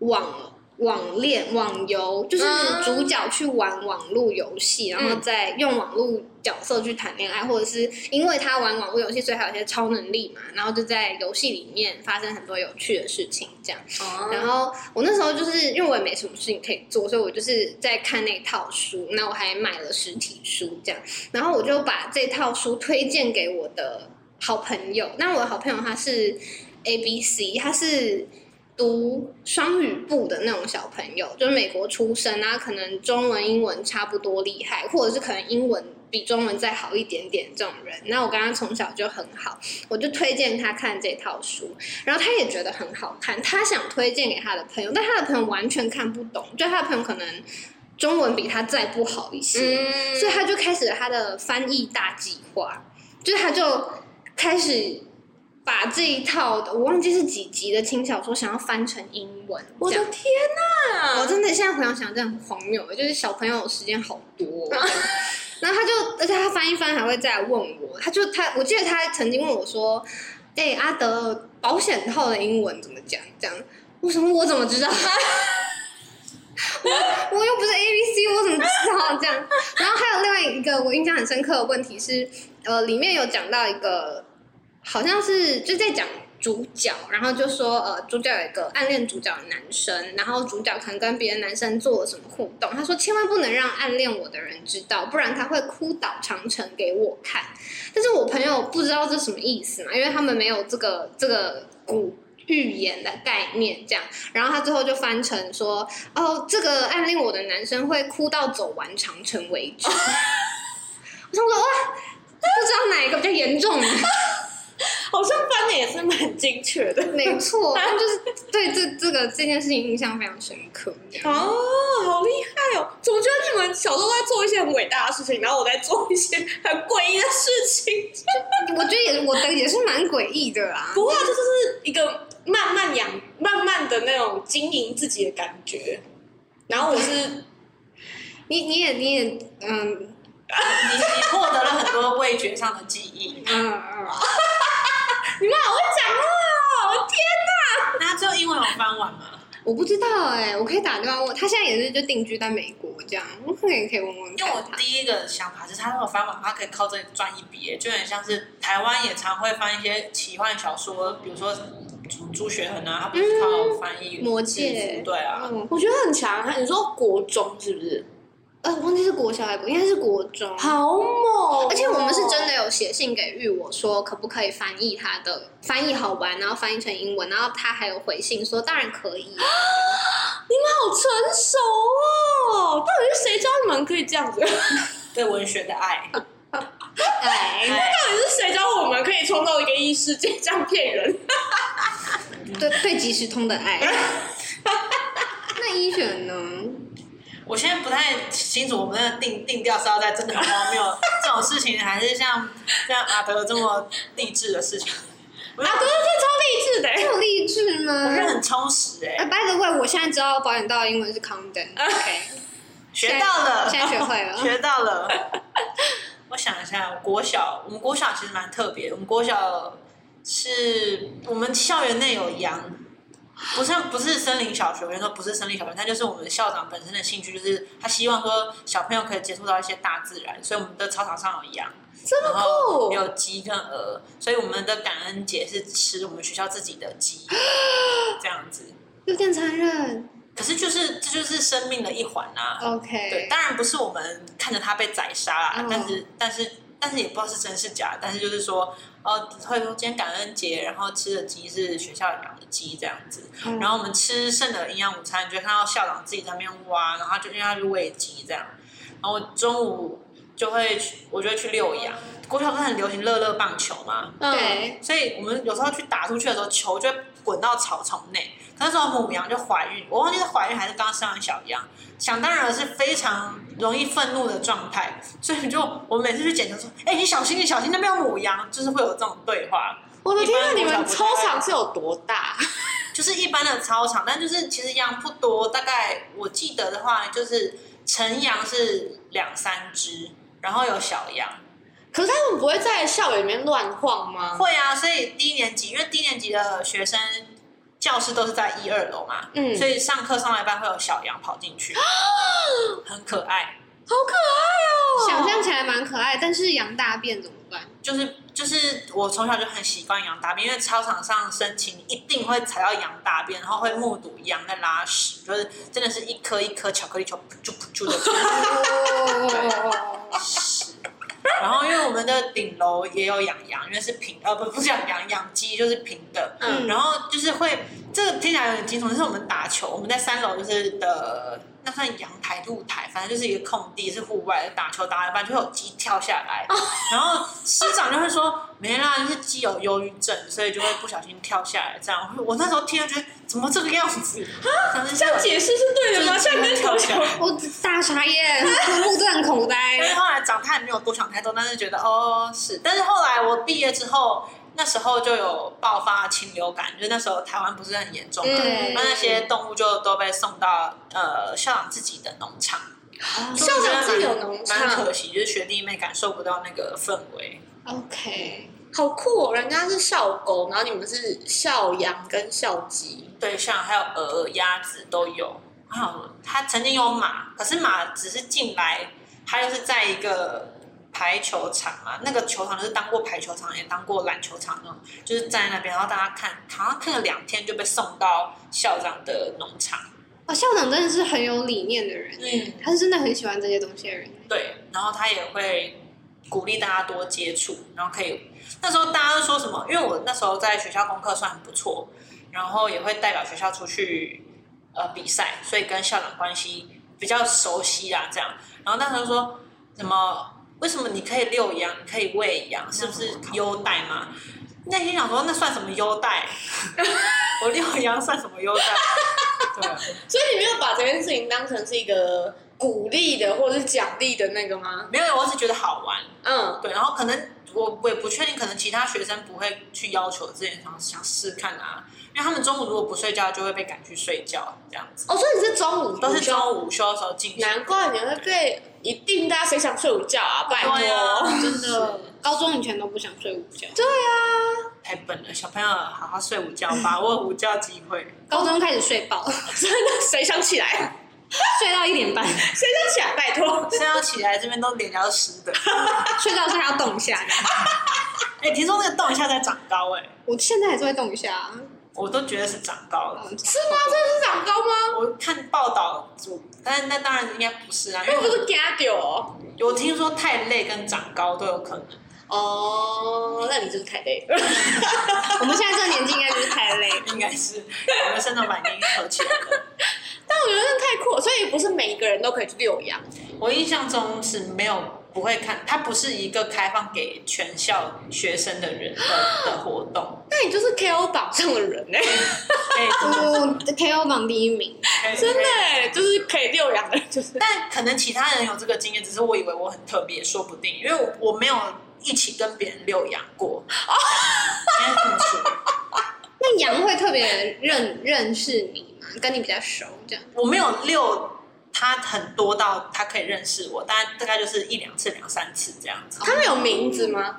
Speaker 1: 网网恋、网游，就是
Speaker 3: 嗯
Speaker 1: 主角去玩网络游戏，然后再用网络角色去谈恋爱，或者是因为他玩网络游戏，所以他有些超能力嘛，然后就在游戏里面发生很多有趣的事情这样。
Speaker 3: 哦
Speaker 1: 然后我那时候就是因为我也没什么事情可以做，所以我就是在看那套书，那我还买了实体书这样，然后我就把这套书推荐给我的好朋友。那我的好朋友他是 A B C，他是读双语部的那种小朋友，就是美国出生啊，可能中文、英文差不多厉害，或者是可能英文比中文再好一点点这种人。那我跟他从小就很好，我就推荐他看这套书，然后他也觉得很好看，他想推荐给他的朋友，但他的朋友完全看不懂，就他的朋友可能中文比他再不好一些，
Speaker 3: 嗯
Speaker 1: 所以他就开始了他的翻译大计划，就是他就开始把这一套的我忘记是几集的轻小说想要翻成英文。
Speaker 3: 我
Speaker 1: 这
Speaker 3: 的
Speaker 1: 样
Speaker 3: 天哪！
Speaker 1: 我真的现在回想起来真的很荒谬，欸就是小朋友时间好多哦、然后他就，而且他翻一翻还会再来问我，他就他，我记得他曾经问我说：“哎、阿德，保险套的英文怎么讲？”这样，我想我怎么知道？我我又不是 A B C，我怎么知道这样？然后还有另外一个我印象很深刻的问题是，呃，里面有讲到一个，好像是就在讲主角，然后就说呃，主角有一个暗恋主角的男生，然后主角可能跟别的男生做了什么互动，他说千万不能让暗恋我的人知道，不然他会哭倒长城给我看。但是我朋友不知道这什么意思嘛，因为他们没有这个这个古。预言的概念这样，然后他最后就翻成说：“哦，这个暗恋我的男生会哭到走完长城为止。”我想说哇，不知道哪一个比较严重。
Speaker 3: 好像翻的也是蛮精确的。
Speaker 1: 没错，但就是对这这个这件事情印象非常深刻。
Speaker 3: 哦，好厉害哦！怎么觉得你们小时候在做一些很伟大的事情，然后我在做一些很诡异的事情？
Speaker 1: 我觉得也我的也是蛮诡异的啦。
Speaker 3: 不过这就是一个慢慢养、慢慢的那种经营自己的感觉。然后我是
Speaker 1: 你你也你也嗯
Speaker 4: 你你获得了很多味觉上的记忆。
Speaker 1: 嗯嗯，
Speaker 3: 你们好会讲话哦！我天，
Speaker 4: 那最后英文有翻完吗？
Speaker 1: 我不知道哎、我可以打电话问他，现在也是就定居在美国这样，我可能也可以问问
Speaker 4: 因为我
Speaker 1: 看他。
Speaker 4: 第一个想法就是，他如果翻完，他可以靠这里赚一笔耶，就很像是台湾也常会翻一些奇幻小说，比如说朱朱学恒啊，他不是靠翻译、
Speaker 1: 嗯魔戒
Speaker 4: 对啊，
Speaker 1: 嗯，
Speaker 3: 我觉得很强。你说国中是不是？
Speaker 1: 呃，我忘记是国小还是国，应该是国中。
Speaker 3: 好猛！哦
Speaker 1: 而且我们是真的有写信给玉我说，可不可以翻译他的翻译好玩，然后翻译成英文，然后他还有回信说当然可 以啊、
Speaker 3: 好成熟哦！到底是谁教你们可以这 样子？到
Speaker 4: 对文学的爱。
Speaker 1: 哎，
Speaker 4: 哎
Speaker 3: 底是谁教我们可以创造一个异世界这样骗人？
Speaker 1: 对对，即时通的 爱。那一选呢？
Speaker 4: 我现在不太清楚我们的定定调是要在真的很荒谬这种事情，还是像像阿德这么励志的事情。我觉
Speaker 3: 啊，对
Speaker 4: 得
Speaker 3: 对对，超励志的、
Speaker 1: 有哎励志
Speaker 4: 我觉得
Speaker 1: 吗？
Speaker 4: 很充实哎、
Speaker 1: 啊，by the way，我现在知道保险套的英文是 condom。OK，
Speaker 4: 啊学到了，
Speaker 1: 现在学会了
Speaker 4: 学到了。 我想一下，国小，我们国小其实蛮特别的，我们国小是我们校园内有羊。不是不是森林小学，我跟你说不是森林小学，它就是我们校长本身的兴趣，就是他希望说小朋友可以接触到一些大自然，所以我们的操场上有羊，
Speaker 3: 这
Speaker 4: 然
Speaker 3: 么
Speaker 4: 后
Speaker 3: 酷！
Speaker 4: 有鸡跟鹅，所以我们的感恩节是吃我们学校自己的鸡，这样子。
Speaker 1: 有点残忍。
Speaker 4: 可是就是这就是生命的一环啊，
Speaker 1: OK，
Speaker 4: 对，当然不是我们看着他被宰杀啦，
Speaker 1: 嗯
Speaker 4: 但是但是但但是也不知道是真是假，但是就是说，哦，会说今天感恩节，然后吃的鸡是学校养的鸡这样子，然后我们吃剩的营养午餐，你就会看到校长自己在那边挖，然后他就因为他去喂鸡这样，然后中午就会去，我就会去遛羊。国小不是很流行乐乐棒球吗？
Speaker 3: 嗯
Speaker 1: 对，
Speaker 4: 所以我们有时候去打出去的时候，球就会滚到草丛内。那时候母羊就怀孕，我忘记是怀孕还是刚生小羊，想当然是非常容易愤怒的状态。所以就我每次去捡球说：“哎、你小心，你小心，那边有母羊。”就是会有这种对话。
Speaker 3: 我的天
Speaker 4: 一
Speaker 3: 啊，
Speaker 4: 般
Speaker 3: 你
Speaker 4: 我
Speaker 3: 们
Speaker 4: 小
Speaker 3: 操
Speaker 4: 不太
Speaker 3: 场是有多大？
Speaker 4: 就是一般的操场，但就是其实羊不多，大概我记得的话，就是成羊是两三只，然后有小羊。
Speaker 3: 可是他们不会在校园里面乱晃吗？
Speaker 4: 会啊，所以低年级，因为低年级的学生教室都是在一二楼嘛，
Speaker 3: 嗯
Speaker 4: 所以上课上到一半会有小羊跑进去，很可爱。
Speaker 1: 想象起来蛮可爱，但是羊大便怎么 办？
Speaker 4: 就是就是我从小就很习惯羊大便，因为操场上申请一定会踩到羊大便，然后会目睹羊在拉屎，就是真的是一颗一颗巧克力球扑啾扑啾的。
Speaker 3: 哦
Speaker 4: 然后因为我们的顶楼也有养羊，因为是平呃不不是养羊养鸡就是平的，
Speaker 1: 嗯
Speaker 4: 然后就是会这个听起来有点惊悚，就是我们打球，我们在三楼就是的那算阳台露台，反正就是一个空地是户外，打球打到一半就会有鸡跳下
Speaker 2: 哦
Speaker 4: 来，然后师长就会说没啦，就是鸡有忧郁症，所以就会不小心跳下来这样。我那时候听了觉得怎么这个样子啊，这样
Speaker 2: 解释是对的吗？
Speaker 4: 就是
Speaker 2: 像
Speaker 4: 鸡
Speaker 2: 跟
Speaker 4: 跳
Speaker 2: 头
Speaker 4: 下
Speaker 2: 球
Speaker 4: 来。
Speaker 1: 我大傻眼，科目真的很恐 呆
Speaker 4: 但。是后来长大也没有多想太多，但是觉得哦是。但是后来我毕业之后，那时候就有爆发禽流感，就是那时候台湾不是很严重嘛，
Speaker 1: 对
Speaker 4: 那那些动物就都被送到呃校长自己的农场。啊
Speaker 3: 校长自己有农场
Speaker 4: 蛮可惜，就是学弟妹感受不到那个氛围。
Speaker 1: OK，
Speaker 3: 好酷哦！人家是校狗，然后你们是校羊跟校鸡。
Speaker 4: 对象还有鹅、鸭子都有，还有他曾经有马，可是马只是进来，他就是在一个排球场嘛，那个球场就是当过排球场，也当过篮球场那种，就是站在那边，然后大家看，好像看了两天就被送到校长的农场。
Speaker 1: 啊，校长真的是很有理念的人，
Speaker 4: 嗯，
Speaker 1: 他是真的很喜欢这些东西的人。
Speaker 4: 对，然后他也会鼓励大家多接触，然后可以那时候大家都说什么？因为我那时候在学校功课算很不错，然后也会代表学校出去呃比赛，所以跟校长关系比较熟悉啊，这样。然后那时候说什么？为什么你可以遛羊，你可以喂羊，是不是优待吗？内心想说，那算什么优待？ 我遛羊算什么优待？对啊，
Speaker 3: 所以你没有把这件事情当成是一个鼓励的或者是奖励的那个吗？
Speaker 4: 没有，我只觉得好玩。
Speaker 3: 嗯，
Speaker 4: 对，然后可能我我也不确定，可能其他学生不会去要求这件事，想想试看啊，因为他们中午如果不睡觉，就会被赶去睡觉，这样子
Speaker 3: 哦，所以你是中午
Speaker 4: 都是
Speaker 3: 午休，
Speaker 4: 中午午休的时候进行。
Speaker 3: 难怪你会被一定大家谁想睡午觉啊？拜
Speaker 4: 对
Speaker 3: 托，
Speaker 4: 啊，
Speaker 1: 真的，高中以前都不想睡午觉，
Speaker 4: 太笨了，小朋友好好睡午觉，把握午觉机会。
Speaker 1: 高中开始 睡爆，
Speaker 3: 真的谁想起来？
Speaker 1: 睡到一点半，
Speaker 3: 谁想起来？拜托，
Speaker 4: 现在要起来这边都脸颊都湿的。
Speaker 1: 睡到是还要动一下。
Speaker 4: 哎、听说那个动一下再长高、哎，
Speaker 1: 我现在还是会动一下啊，
Speaker 4: 我都觉得是长高了。
Speaker 1: 是
Speaker 3: 是吗？真的是长高吗？
Speaker 4: 我看报道，我但是那当然应该不是啊，因
Speaker 3: 那不
Speaker 4: 为
Speaker 3: 是加丢哦。
Speaker 4: 我听说太累跟长高都有可能。
Speaker 3: 哦，那你就是太累了。
Speaker 1: 我们现在这个年纪应该就是太累。
Speaker 4: 应该是我们生长板已经合起来了。
Speaker 3: 但我觉得那太酷了，所以不是每一个人都可以去遛羊。
Speaker 4: 我印象中是没有不会看，它不是一个开放给全校学生的人的的活动。
Speaker 3: 那你就是 KO 榜上的人 哎、
Speaker 4: 哎
Speaker 1: 我 KO 榜第一名，
Speaker 3: 真的、欸，就是可以遛羊的人，就是
Speaker 4: 但可能其他人有这个经验，只是我以为我很特别，说不定，因为我我没有一起跟别人遛羊 过。应该这么说
Speaker 1: 那羊会特别认认识你吗？跟你比较熟这样？
Speaker 4: 我没有遛它很多到它可以认识我，大概大概就是一两次、两三次这样子。
Speaker 3: 他们有名字吗？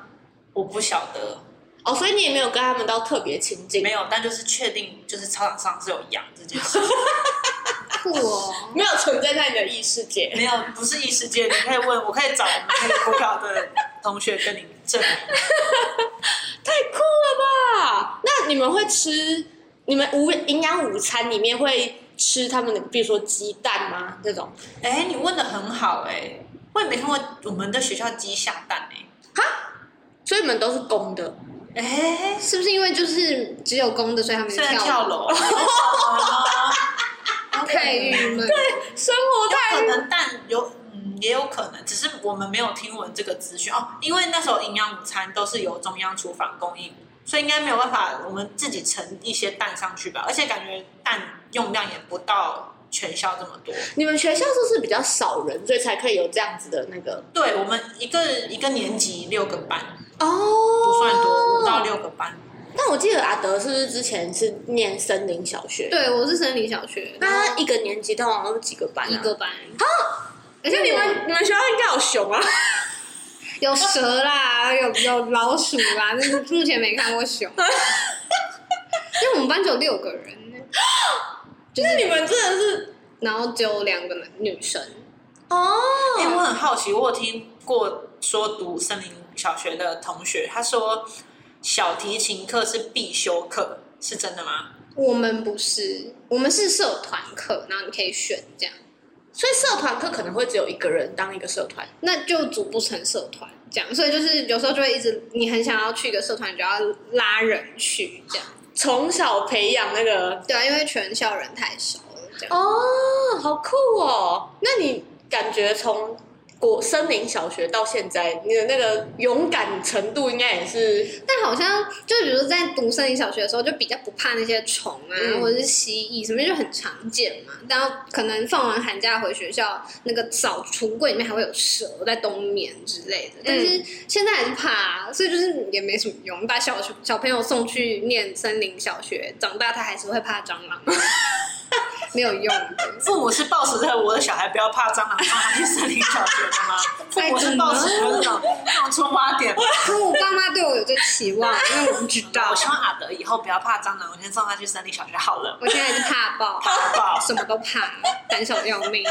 Speaker 4: 我不晓得，
Speaker 3: 哦，所以你也没有跟他们到特别亲近，
Speaker 4: 没有，但就是确定就是操场上是有羊这件事。
Speaker 3: 啊
Speaker 1: 酷哦！
Speaker 3: 没有存在在你的异世界。
Speaker 4: 没有，不是异世界，你可以问，我可以找我们那个国小的同学跟你证明。
Speaker 3: 太酷了吧！那你们会吃你们午营养午餐里面会吃他们的，比如说鸡蛋吗？这种
Speaker 4: 哎、你问的很好哎、我也没看过我们的学校鸡下蛋哎、
Speaker 3: 啊，所以你们都是公的，
Speaker 4: 哎，
Speaker 1: 是不是因为就是只有公的，所以他们
Speaker 4: 虽然
Speaker 1: 跳啊
Speaker 4: 跳楼，哦
Speaker 1: 太郁闷。
Speaker 3: 生活
Speaker 4: 有
Speaker 3: 太
Speaker 4: 可能，但有嗯也有可能，只是我们没有听闻这个资讯哦。因为那时候营养午餐都是由中央厨房供应，所以应该没有办法我们自己盛一些蛋上去吧。而且感觉蛋用量也不到全校这么多。
Speaker 3: 你们学校是不是比较少人，所以才可以有这样子的那个？
Speaker 4: 对我们一个一个年级六个班，
Speaker 3: 哦
Speaker 4: 不算多，五到。六个班。
Speaker 3: 但我记得阿德是不是之前是念森林小学？。
Speaker 1: 对，我是森林小学，
Speaker 3: 那他一个年级通常都是几个班、啊？
Speaker 1: 一个。班，
Speaker 3: 而啊且你们你们学校应该有熊啊？
Speaker 1: 有蛇啦，有有老鼠啦，那是目前没看过 熊。因为我们班只有六个人呢，
Speaker 3: 就是你们真的是
Speaker 1: 然后只有两个男女生，
Speaker 3: 哦，
Speaker 4: 因哎为我很好奇，我有听过说读森林小学的同学，他说小提琴课是必修课，是真的吗？
Speaker 1: 我们不是，我们是社团课，然后你可以选这样，
Speaker 3: 所以社团课可能会只有一个人当一个社团。
Speaker 1: 那就组不成社团这样，所以就是有时候就会一直，你很想要去一个社团，你就要拉人去这样，
Speaker 3: 从小培养那个
Speaker 1: 对啊，因为全校人太少了这样。
Speaker 3: 哦，好酷哦！那你感觉从国森林小学到现在，你的那个勇敢程度应该也是
Speaker 1: 但好像就比如在读森林小学的时候，就比较不怕那些虫啊，
Speaker 3: 嗯
Speaker 1: 或者是蜥蜴什么，就很常见嘛。然后可能放完寒假回学校，那个扫橱柜里面还会有蛇在冬眠之类的。但是现在还是怕、啊，所以就是也没什么用。把小小朋友送去念森林小学，长大他还是会怕蟑螂， 没有用的。
Speaker 4: 父母是抱持着我的小孩不要怕蟑螂，让他去森林小学的吗？父母是抱持着那种那种出发点 吗。啊
Speaker 1: 可我爸妈对我有这期望，因为我不知道
Speaker 4: 我，希望阿德以后不要怕蟑螂，我先送他去森林小学好了。
Speaker 1: 我现在是怕 爆。
Speaker 4: 好不好？
Speaker 1: 什么都怕，胆小的要命。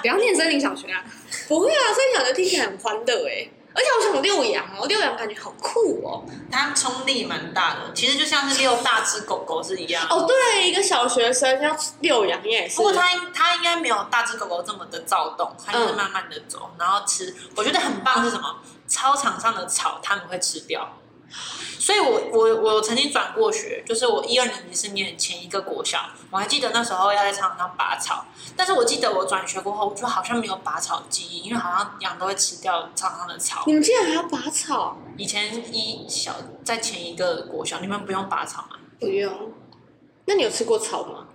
Speaker 1: 不要念森林小学啊！
Speaker 3: 不会啊。森林小学听起来很欢乐哎，而且我想遛羊哦，遛羊感觉好酷哦。
Speaker 4: 它冲力蛮大的，其实就像是遛大只狗狗是一样。
Speaker 3: 哦，对，一个小学生要遛羊也是
Speaker 4: 不过它它应该没有大只狗狗这么的躁动，它就是慢慢的走，然后吃。我觉得很棒是什么？操场上的草他们会吃掉。所以我我我曾经转过学，就是我一二年级是念前一个国小，我还记得那时候要在操场上拔草，但是我记得我转学过后，我就好像没有拔草记忆，因为好像羊都会吃掉操场上的草
Speaker 3: 你。们竟然还要拔草？
Speaker 4: 以前一小在前一个国小，你们不用拔草吗？
Speaker 1: 不用，
Speaker 3: 那你有吃过草吗？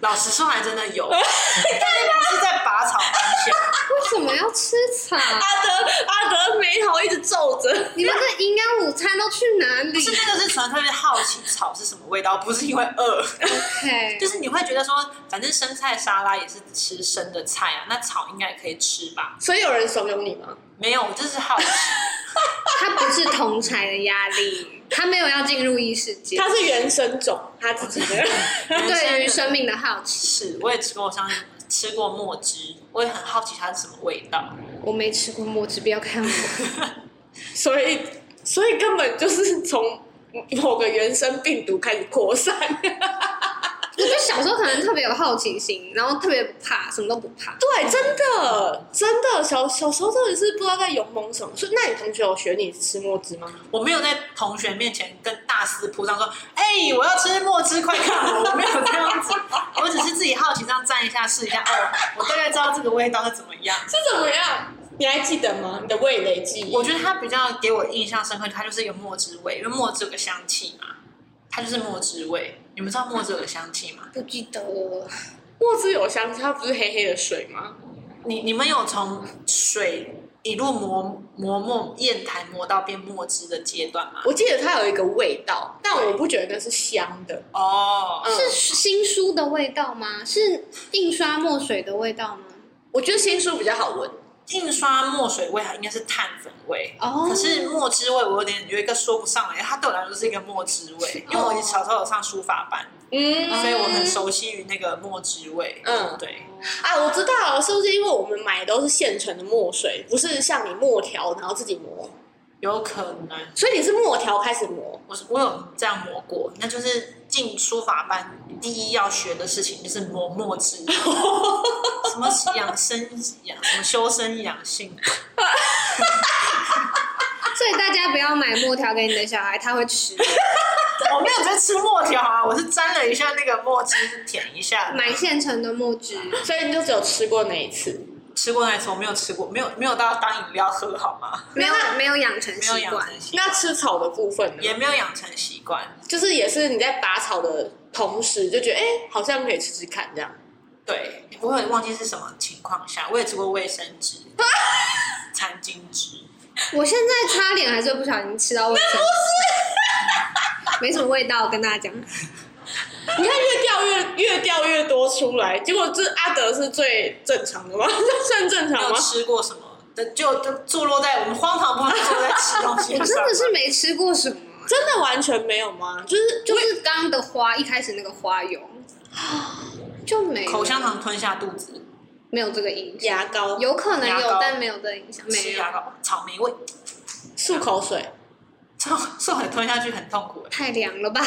Speaker 4: 老实说，还真的有，但是不是在拔草当下。
Speaker 1: 为什么要吃草？
Speaker 3: 阿德阿德眉头一直皱着，
Speaker 1: 你们的营养午餐都去哪里
Speaker 4: 不是那个是纯粹的好奇草是什么味道，不是因为饿，
Speaker 1: ？OK，
Speaker 4: 就是你会觉得说，反正生菜沙拉也是吃生的菜啊，那草应该也可以吃吧？
Speaker 3: 所以有人怂恿你吗？
Speaker 4: 没有，我就是好奇，
Speaker 1: 他不是同才的压力，他没有要进入异世界
Speaker 3: 他。是原生种，他自己 的。
Speaker 1: 对于生命的好奇，
Speaker 4: 是我也吃过，我上次吃过墨汁，我也很好奇它是什么味道。
Speaker 1: 我没吃过墨汁，不要看我。
Speaker 3: 所以，所以根本就是从某个原生病毒开始扩散。
Speaker 1: 我觉得小时候可能特别有好奇心，然后特别不怕，什么都不怕。
Speaker 3: 对，真的，真的，小小时候真的是不知道在勇猛什么。所以，那你同学有学你吃墨汁吗？
Speaker 4: 我没有在同学面前跟大肆铺张说，哎、我要吃墨汁，快看我！我没有这样子，我只是自己好奇这样蘸一下试一下，哦，我大概知道这个味道是怎么样。
Speaker 3: 是怎么样？你还记得吗？你的味蕾记忆？
Speaker 4: 我觉得它比较给我印象深刻，它就是一个墨汁味，因为墨汁有个香气嘛，它就是墨汁味。你们知道墨汁有个香气吗？
Speaker 1: 不记得了，
Speaker 3: 墨汁有香，它不是黑黑的水吗？
Speaker 4: 你你们有从水一路磨磨墨砚台磨到变墨汁的阶段吗？
Speaker 3: 我记得它有一个味道，但我不觉得那是香的。
Speaker 4: 哦，
Speaker 3: 嗯
Speaker 1: 是新书的味道吗？是印刷墨水的味道吗？
Speaker 3: 我觉得新书比较好闻。
Speaker 4: 印刷墨水味它应该是碳粉味。
Speaker 1: 哦，
Speaker 4: 可是墨汁味，我有点有一个说不上来，它对我来说是一个墨汁味，因为我小时候有上书法班，
Speaker 3: 嗯
Speaker 4: 所以我很熟悉于那个墨汁味。
Speaker 3: 嗯
Speaker 4: 对，
Speaker 3: 啊，我知道了，是不是因为我们买的都是现成的墨水，不是像你墨条然后自己磨，
Speaker 4: 有可能
Speaker 3: 所以你是墨条开始磨
Speaker 4: 我是我有这样磨过，那就是进书法班第一要学的事情就是磨墨汁， 什么养生养什么修身养性，
Speaker 1: 所以大家不要买墨条给你的小孩，他会吃。
Speaker 4: 我没有在吃墨条啊，我是沾了一下那个墨汁，舔一下。
Speaker 1: 买现成的墨汁，
Speaker 3: 所以你就只有吃过那一次。
Speaker 4: 吃过那一次，我没有吃过，没有没有到当饮料喝好吗？
Speaker 1: 没有没有养成
Speaker 4: 没有
Speaker 1: 习
Speaker 4: 养
Speaker 1: 惯
Speaker 4: 成，习
Speaker 3: 那吃草的部分
Speaker 4: 也
Speaker 3: 呢？
Speaker 4: 没有养成习惯。
Speaker 3: 就是也是你在拔草的同时，就觉得哎、好像可以吃吃看这样。
Speaker 4: 对，我有点忘记是什么情况下，我也吃过卫生 纸、餐巾纸。
Speaker 1: 我现在擦脸还是不小心吃到卫生纸，没什么味道，跟 大家讲。
Speaker 3: 你看越掉越越掉越多出来，结果这阿德是最正常的吗？ 这算正
Speaker 4: 没
Speaker 3: 常
Speaker 4: 有
Speaker 3: 吗？
Speaker 4: 吃过什么的，就就坐落在我们荒唐部分坐在吃东西
Speaker 1: 我
Speaker 4: 上。
Speaker 1: 真的是没吃过什么，
Speaker 3: 真的完全没有吗？
Speaker 1: 就
Speaker 3: 就
Speaker 1: 是就是刚刚的花，一开始那个花油就没有
Speaker 4: 口香糖吞下肚子，
Speaker 1: 没有这个影响，
Speaker 3: 牙膏、
Speaker 1: 有可能
Speaker 4: 牙
Speaker 1: 有
Speaker 4: 膏，
Speaker 1: 但没有这个影响，没
Speaker 4: 吃
Speaker 1: 有
Speaker 4: 牙膏，草莓味，
Speaker 3: 漱口水，
Speaker 4: 臭臭很吞下去很痛苦欸。
Speaker 1: 太凉了吧？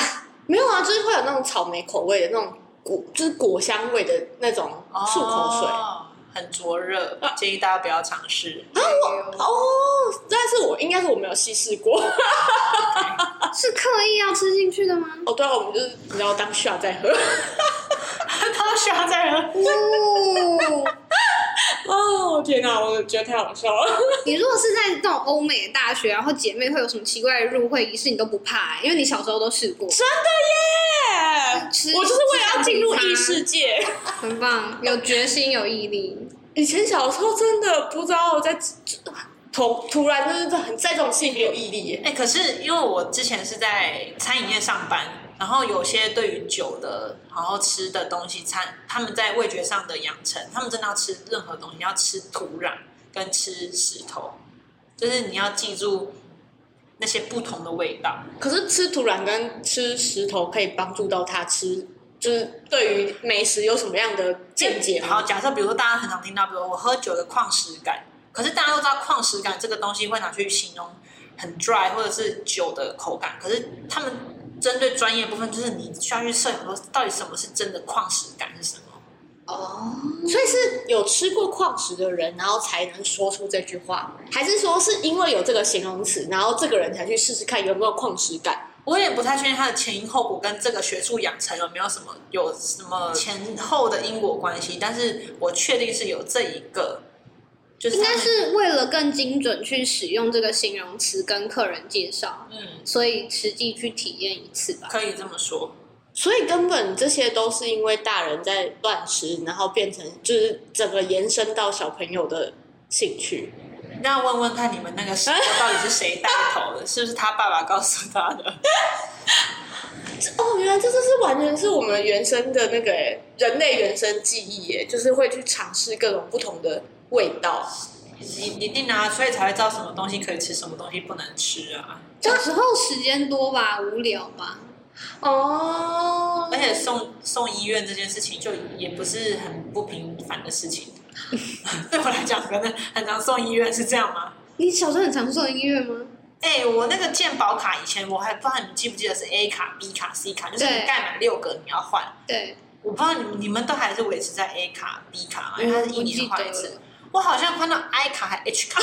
Speaker 3: 没有啊，就是会有那种草莓口味的那种果，就是果香味的那种漱口水。
Speaker 4: 哦很灼热，建议大家不要尝试。
Speaker 3: 哦，但是我应该是我没有细试过。
Speaker 1: 是刻意要吃进去的吗？
Speaker 3: 哦，对啊，我们就是你知道当下在喝。
Speaker 4: 他需要再喝。
Speaker 1: 哦，
Speaker 3: 哦，天哪，我觉得太好笑了。
Speaker 1: 你如果是在那种欧美的大学，然后姐妹会有什么奇怪的入会仪式，你都不怕、欸因为你小时候都试过，
Speaker 4: 啊
Speaker 1: 吃
Speaker 3: 我就是为了要进入异世界。
Speaker 1: 很棒，有决心，有毅力。
Speaker 3: 以前小时候真的不知道在突突然就是很在这种事情很有毅力耶。
Speaker 4: 哎、可是因为我之前是在餐饮业上班，然后有些对于酒的，然后吃的东西餐，他们在味觉上的养成，他们真的要吃任何东西，要吃土壤跟吃石头，就是你要记住那些不同的味道。
Speaker 3: 可是吃土壤跟吃石头可以帮助到他吃，就是对于美食有什么样的见解
Speaker 4: 好，
Speaker 3: 吗？
Speaker 4: 假设比如说大家很常听到，比如我喝酒的矿石感，可是大家都知道矿石感这个东西会拿去形容很 dry 或者是酒的口感，可是他们针对专业部分，就是你需要去设想说到底什么是真的矿石感是什么。
Speaker 1: 哦，
Speaker 3: 所以是有吃过矿石的人，然后才能说出这句话，还是说是因为有这个形容词，然后这个人才去试试看有没有矿石感？
Speaker 4: 我也不太确定它的前因后果跟这个学术养成有没有什么有什么前后的因果关系，但是我确定是有这一个，就是
Speaker 1: 应
Speaker 4: 他
Speaker 1: 该
Speaker 4: 们
Speaker 1: 是为了更精准去使用这个形容词跟客人介绍，
Speaker 4: 嗯，
Speaker 1: 所以实际去体验一次吧。
Speaker 4: 可以这么说。
Speaker 3: 所以根本这些都是因为大人在乱吃，然后变成就是整个延伸到小朋友的兴趣。
Speaker 4: 那问问看你们那个时候到底是谁带头的？是不是他爸爸告诉他的？
Speaker 3: 哦，原来这就是完全是我们原生的那个诶人类原生记忆耶，就是会去尝试各种不同的味道。
Speaker 4: 一一定啊，所以才会知道什么东西可以吃，什么东西不能吃啊。
Speaker 1: 小时候时间多吧，无聊吧，
Speaker 3: 哦
Speaker 4: 而且送送医院这件事情，就也不是很不平凡的事情。对我来讲，可能很常送医院是这样吗？
Speaker 1: 你小时候很常做音乐吗？
Speaker 4: 哎、我那个健保卡以前我还不知道你们记不记得是 A 卡、B 卡、C 卡，就是你
Speaker 1: 对
Speaker 4: 盖满六个你要换。
Speaker 1: 对，
Speaker 4: 我不知道你们你们都还是维持在 A 卡、B 卡吗？因为它
Speaker 1: 我
Speaker 4: 是一年换一
Speaker 1: 记得
Speaker 4: 次。我好像换到 I 卡还 H 卡，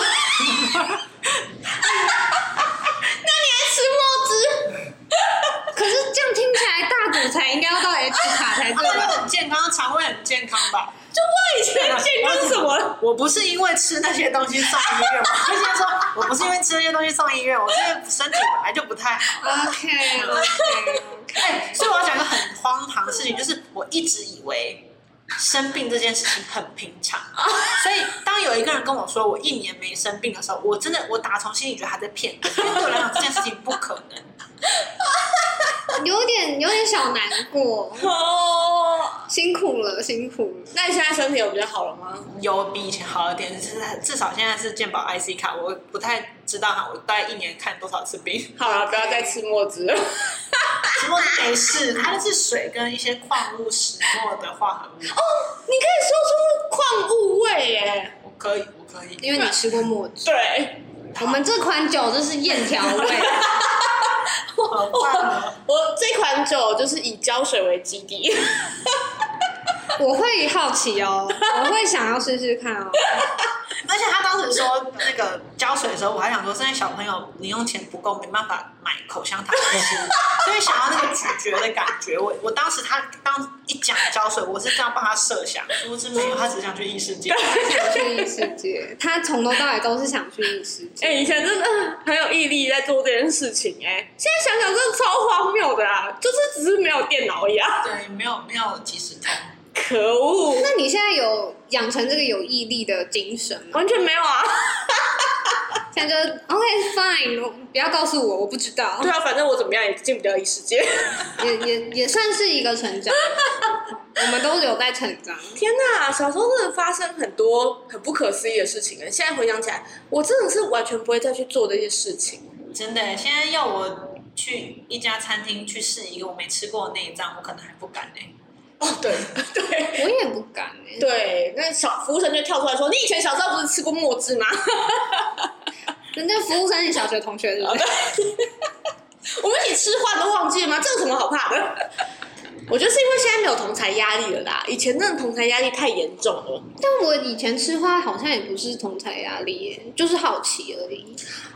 Speaker 1: 可是这样听起来，大骨才应该要到 H 卡才
Speaker 4: 他
Speaker 1: 对吧
Speaker 4: 们很健康，肠胃很健康吧？
Speaker 3: 以前健康是什么？
Speaker 4: 我不是因为吃那些东西上医院，我就先说，我不是因为吃那些东西上医院，我是因为身体本来就不太好。
Speaker 1: ？OK OK OK，
Speaker 4: 哎、所以我要讲一个很荒唐的事情，就是我一直以为生病这件事情很平常，所以当有一个人跟我说我一年没生病的时候，我真的我打从心里觉得他在骗我，因为对我来讲这件事情不可能。
Speaker 1: 有点有点小难过，
Speaker 3: 哦，
Speaker 1: 辛苦了辛苦了。
Speaker 3: 那你现在身体有比较好了吗？
Speaker 4: 有比以前好一点，至至少现在是健保 IC 卡，我不太知道哈，我大概一年看多少次病。
Speaker 3: 好了，不要再吃墨汁了。
Speaker 4: 什么没事，它是水跟一些矿物石墨的化合物。
Speaker 3: 你可以说出矿物味欸耶。
Speaker 4: 我可以，我可以。
Speaker 1: 因为你吃过墨汁，
Speaker 3: 对，
Speaker 1: 我们这款酒就是燕条味，
Speaker 4: 好棒哦！
Speaker 3: 我这款酒就是以胶水为基底。
Speaker 1: 我会好奇哦，我会想要试试看哦。
Speaker 4: 而且他当时说那个胶水的时候，我还想说，现在小朋友零用钱不够，没办法买口香糖吃，所以想要那个咀嚼的感觉。我我当时他当一讲胶水，我是这样帮他设想，殊不知没有，他只是想去异世界。
Speaker 1: 想去异世界，他从头到尾都是想去异世界。
Speaker 3: 哎、以前真的很有毅力在做这件事情、哎，现在想想真的超荒谬的啊，就是只是没有电脑一样，
Speaker 4: 对，没有没有即时通。
Speaker 3: 可恶，
Speaker 1: 那你现在有养成这个有毅力的精神吗？
Speaker 3: 完全没有啊。
Speaker 1: 现在就是 OK fine，我不要告诉我，我不知道
Speaker 3: 对，啊，反正我怎么样也进不了异世 界。
Speaker 1: 也也也算是一个成长，我们都有在成长。
Speaker 3: 天呐，小时候真的发生很多很不可思议的事情哎！现在回想起来，我真的是完全不会再去做这些事情。
Speaker 4: 真的，现在要我去一家餐厅去试一个我没吃过的内脏，我可能还不敢欸呢、
Speaker 3: 哦，对对
Speaker 1: 我也不敢哎、
Speaker 3: 对，那小服务生就跳出来说：“你以前小时候不是吃过墨汁吗？
Speaker 1: 人家服务生是小学同学，是不是？
Speaker 3: 我们一起吃饭都忘记了吗？这有什么好怕的？” 我觉得是因为现在没有同才压力了啦，以前那的同才压力太严重了。
Speaker 1: 但我以前吃花好像也不是同才压力耶，就是好奇而已。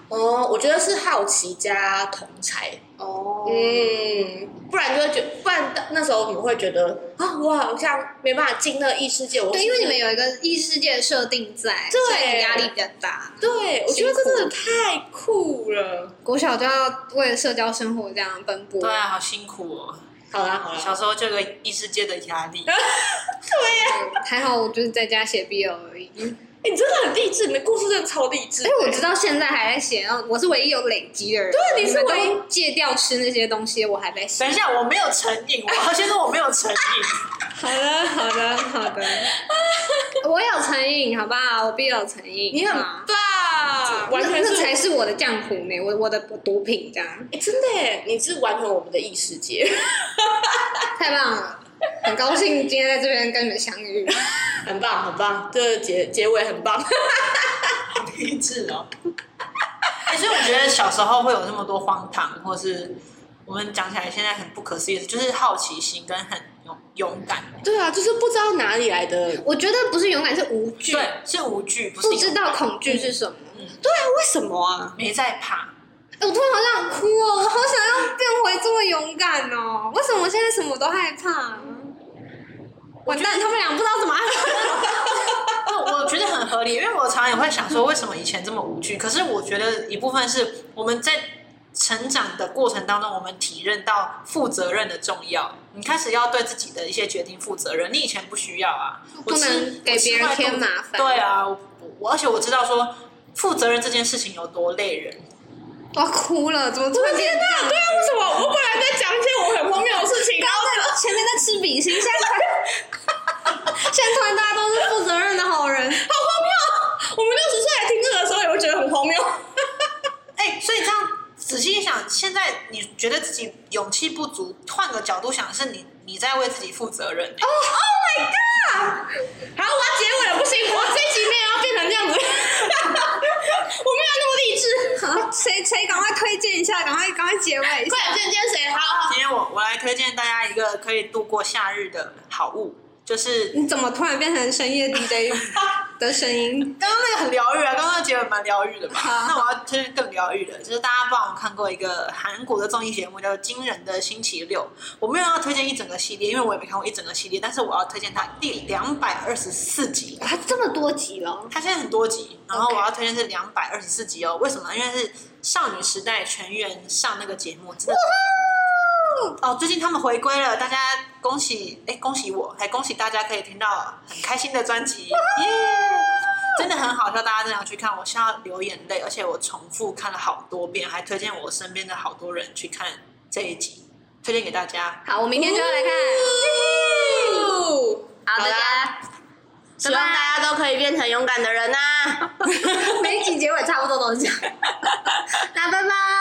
Speaker 3: 哦，我觉得是好奇加同才，
Speaker 1: 哦
Speaker 3: 嗯，不然就会觉不然那时候你们会觉得啊，我好像没办法进那个异世界。我
Speaker 1: 对，
Speaker 3: 是
Speaker 1: 因
Speaker 3: 不
Speaker 1: 为
Speaker 3: 是
Speaker 1: 你们有一个异世界的设定在，
Speaker 3: 对
Speaker 1: 所以压力比较大。
Speaker 3: 对，我觉得这真的太酷了。
Speaker 1: 国小就要为了社交生活这样奔波。
Speaker 4: 对啊，好辛苦哦。
Speaker 3: 好啦好啦，
Speaker 4: 小时候就有个异世界的压力，
Speaker 1: 对嗯还好我就是在家写 BL 而已，
Speaker 3: 哎、你真的很励志，你的故事真的超励志。
Speaker 1: 而且我直到现在还在写，然后我是唯一有累积的人。对
Speaker 3: 你是唯一
Speaker 1: 戒掉吃那些东西，我还在写
Speaker 4: 等一。下，我没有成瘾，我要先说我没有成瘾。
Speaker 1: 好的，好的，好的。我有成瘾，好不好？我必有成瘾。
Speaker 3: 你很
Speaker 1: 啊
Speaker 3: 棒，完
Speaker 1: 那
Speaker 3: 全
Speaker 1: 那
Speaker 3: 是
Speaker 1: 才是我的浆糊呢，我我的毒品这样，
Speaker 3: 哎、真的耶，你是完全我们的异世界。
Speaker 1: 太棒了！很高兴今天在这边跟你们相遇。
Speaker 3: 很棒，很棒，这结结尾很棒。
Speaker 4: 励志哦。 哎所以我觉得小时候会有那么多荒唐，或是我们讲起来现在很不可思议的事，就是好奇心跟很勇勇敢。
Speaker 3: 对啊，就是不知道哪里来的，
Speaker 1: 我觉得不是勇敢，是无惧，
Speaker 4: 对，是无惧，不是
Speaker 1: 不
Speaker 4: 勇
Speaker 1: 知道恐惧是什么。
Speaker 3: 为什么啊？
Speaker 4: 没在怕。
Speaker 1: 哎我突然好想哭哦，我好想要变回这么勇敢哦！为什么我现在什么都害怕啊？完蛋，他们俩不知道怎么安慰。
Speaker 4: 我觉得很合理，因为我常常也会想说，为什么以前这么无惧？可是我觉得一部分是我们在成长的过程当中，我们体认到负责任的重要。你开始要对自己的一些决定负责任，你以前不需要啊，我
Speaker 1: 不
Speaker 4: 吃
Speaker 1: 能给
Speaker 4: 我吃
Speaker 1: 别人
Speaker 4: 坏肚
Speaker 1: 添
Speaker 4: 子
Speaker 1: 麻烦
Speaker 4: 对啊，我我而且我知道说负责任这件事情有多累人，
Speaker 1: 我要哭了，怎么突然变这样？
Speaker 3: 对啊，为什么？我本来在讲一些我很荒谬的事情，然后
Speaker 1: 在前面在吃比心，现在突然， 现在突然大家都是负责任的好人。
Speaker 3: 我们六十岁来听这个的时候，也会觉得很荒谬。
Speaker 4: 哎、所以这样仔细一想，现在你觉得自己勇气不足，换个角度想，是你你在为自己负责任、欸。
Speaker 3: 好，我要结尾了，不行，我这一集没有要变成这样子，我没 有那么励志。
Speaker 1: 好，谁谁赶快推荐一下，赶快赶快结尾一下。
Speaker 3: 快点见见谁？好好，
Speaker 4: 今天我我来推荐大家一个可以度过夏日的好物，就是
Speaker 1: 你怎么突然变成深夜 DJ 的声音？
Speaker 4: 刚刚那个很疗愈啊，刚刚那个结尾蛮疗愈的吧？
Speaker 1: 好
Speaker 4: 那我要推荐更疗愈的，就是大家不知道我看过一个韩国的综艺节目叫《惊人的星期六》，我没有要推荐一整个系列，因为我也没看过一整个系列，但是我要推荐它第两百二十四集。
Speaker 1: 啊，这么多集了，
Speaker 4: 它现在很多集，然后
Speaker 1: OK
Speaker 4: 我要推荐是两百二十四集哦。为什么？因为是少女时代全员上那个节目，真的。哦，最近他们回归了，大家恭喜！哎，恭喜我，还恭喜大家可以听到很开心的专辑，耶！真的很好笑，大家真的要去看，我笑到流眼泪，而且我重复看了好多遍，还推荐我身边的好多人去看这一集，推荐给大家。
Speaker 1: 好，我明天就要来
Speaker 3: 哦
Speaker 1: 看。好，
Speaker 3: 好
Speaker 1: 大
Speaker 3: 啦
Speaker 1: 家
Speaker 3: 希望大家都可以 变成勇敢的人呐、啊
Speaker 1: 每一集结尾差不多都是这样。那拜拜。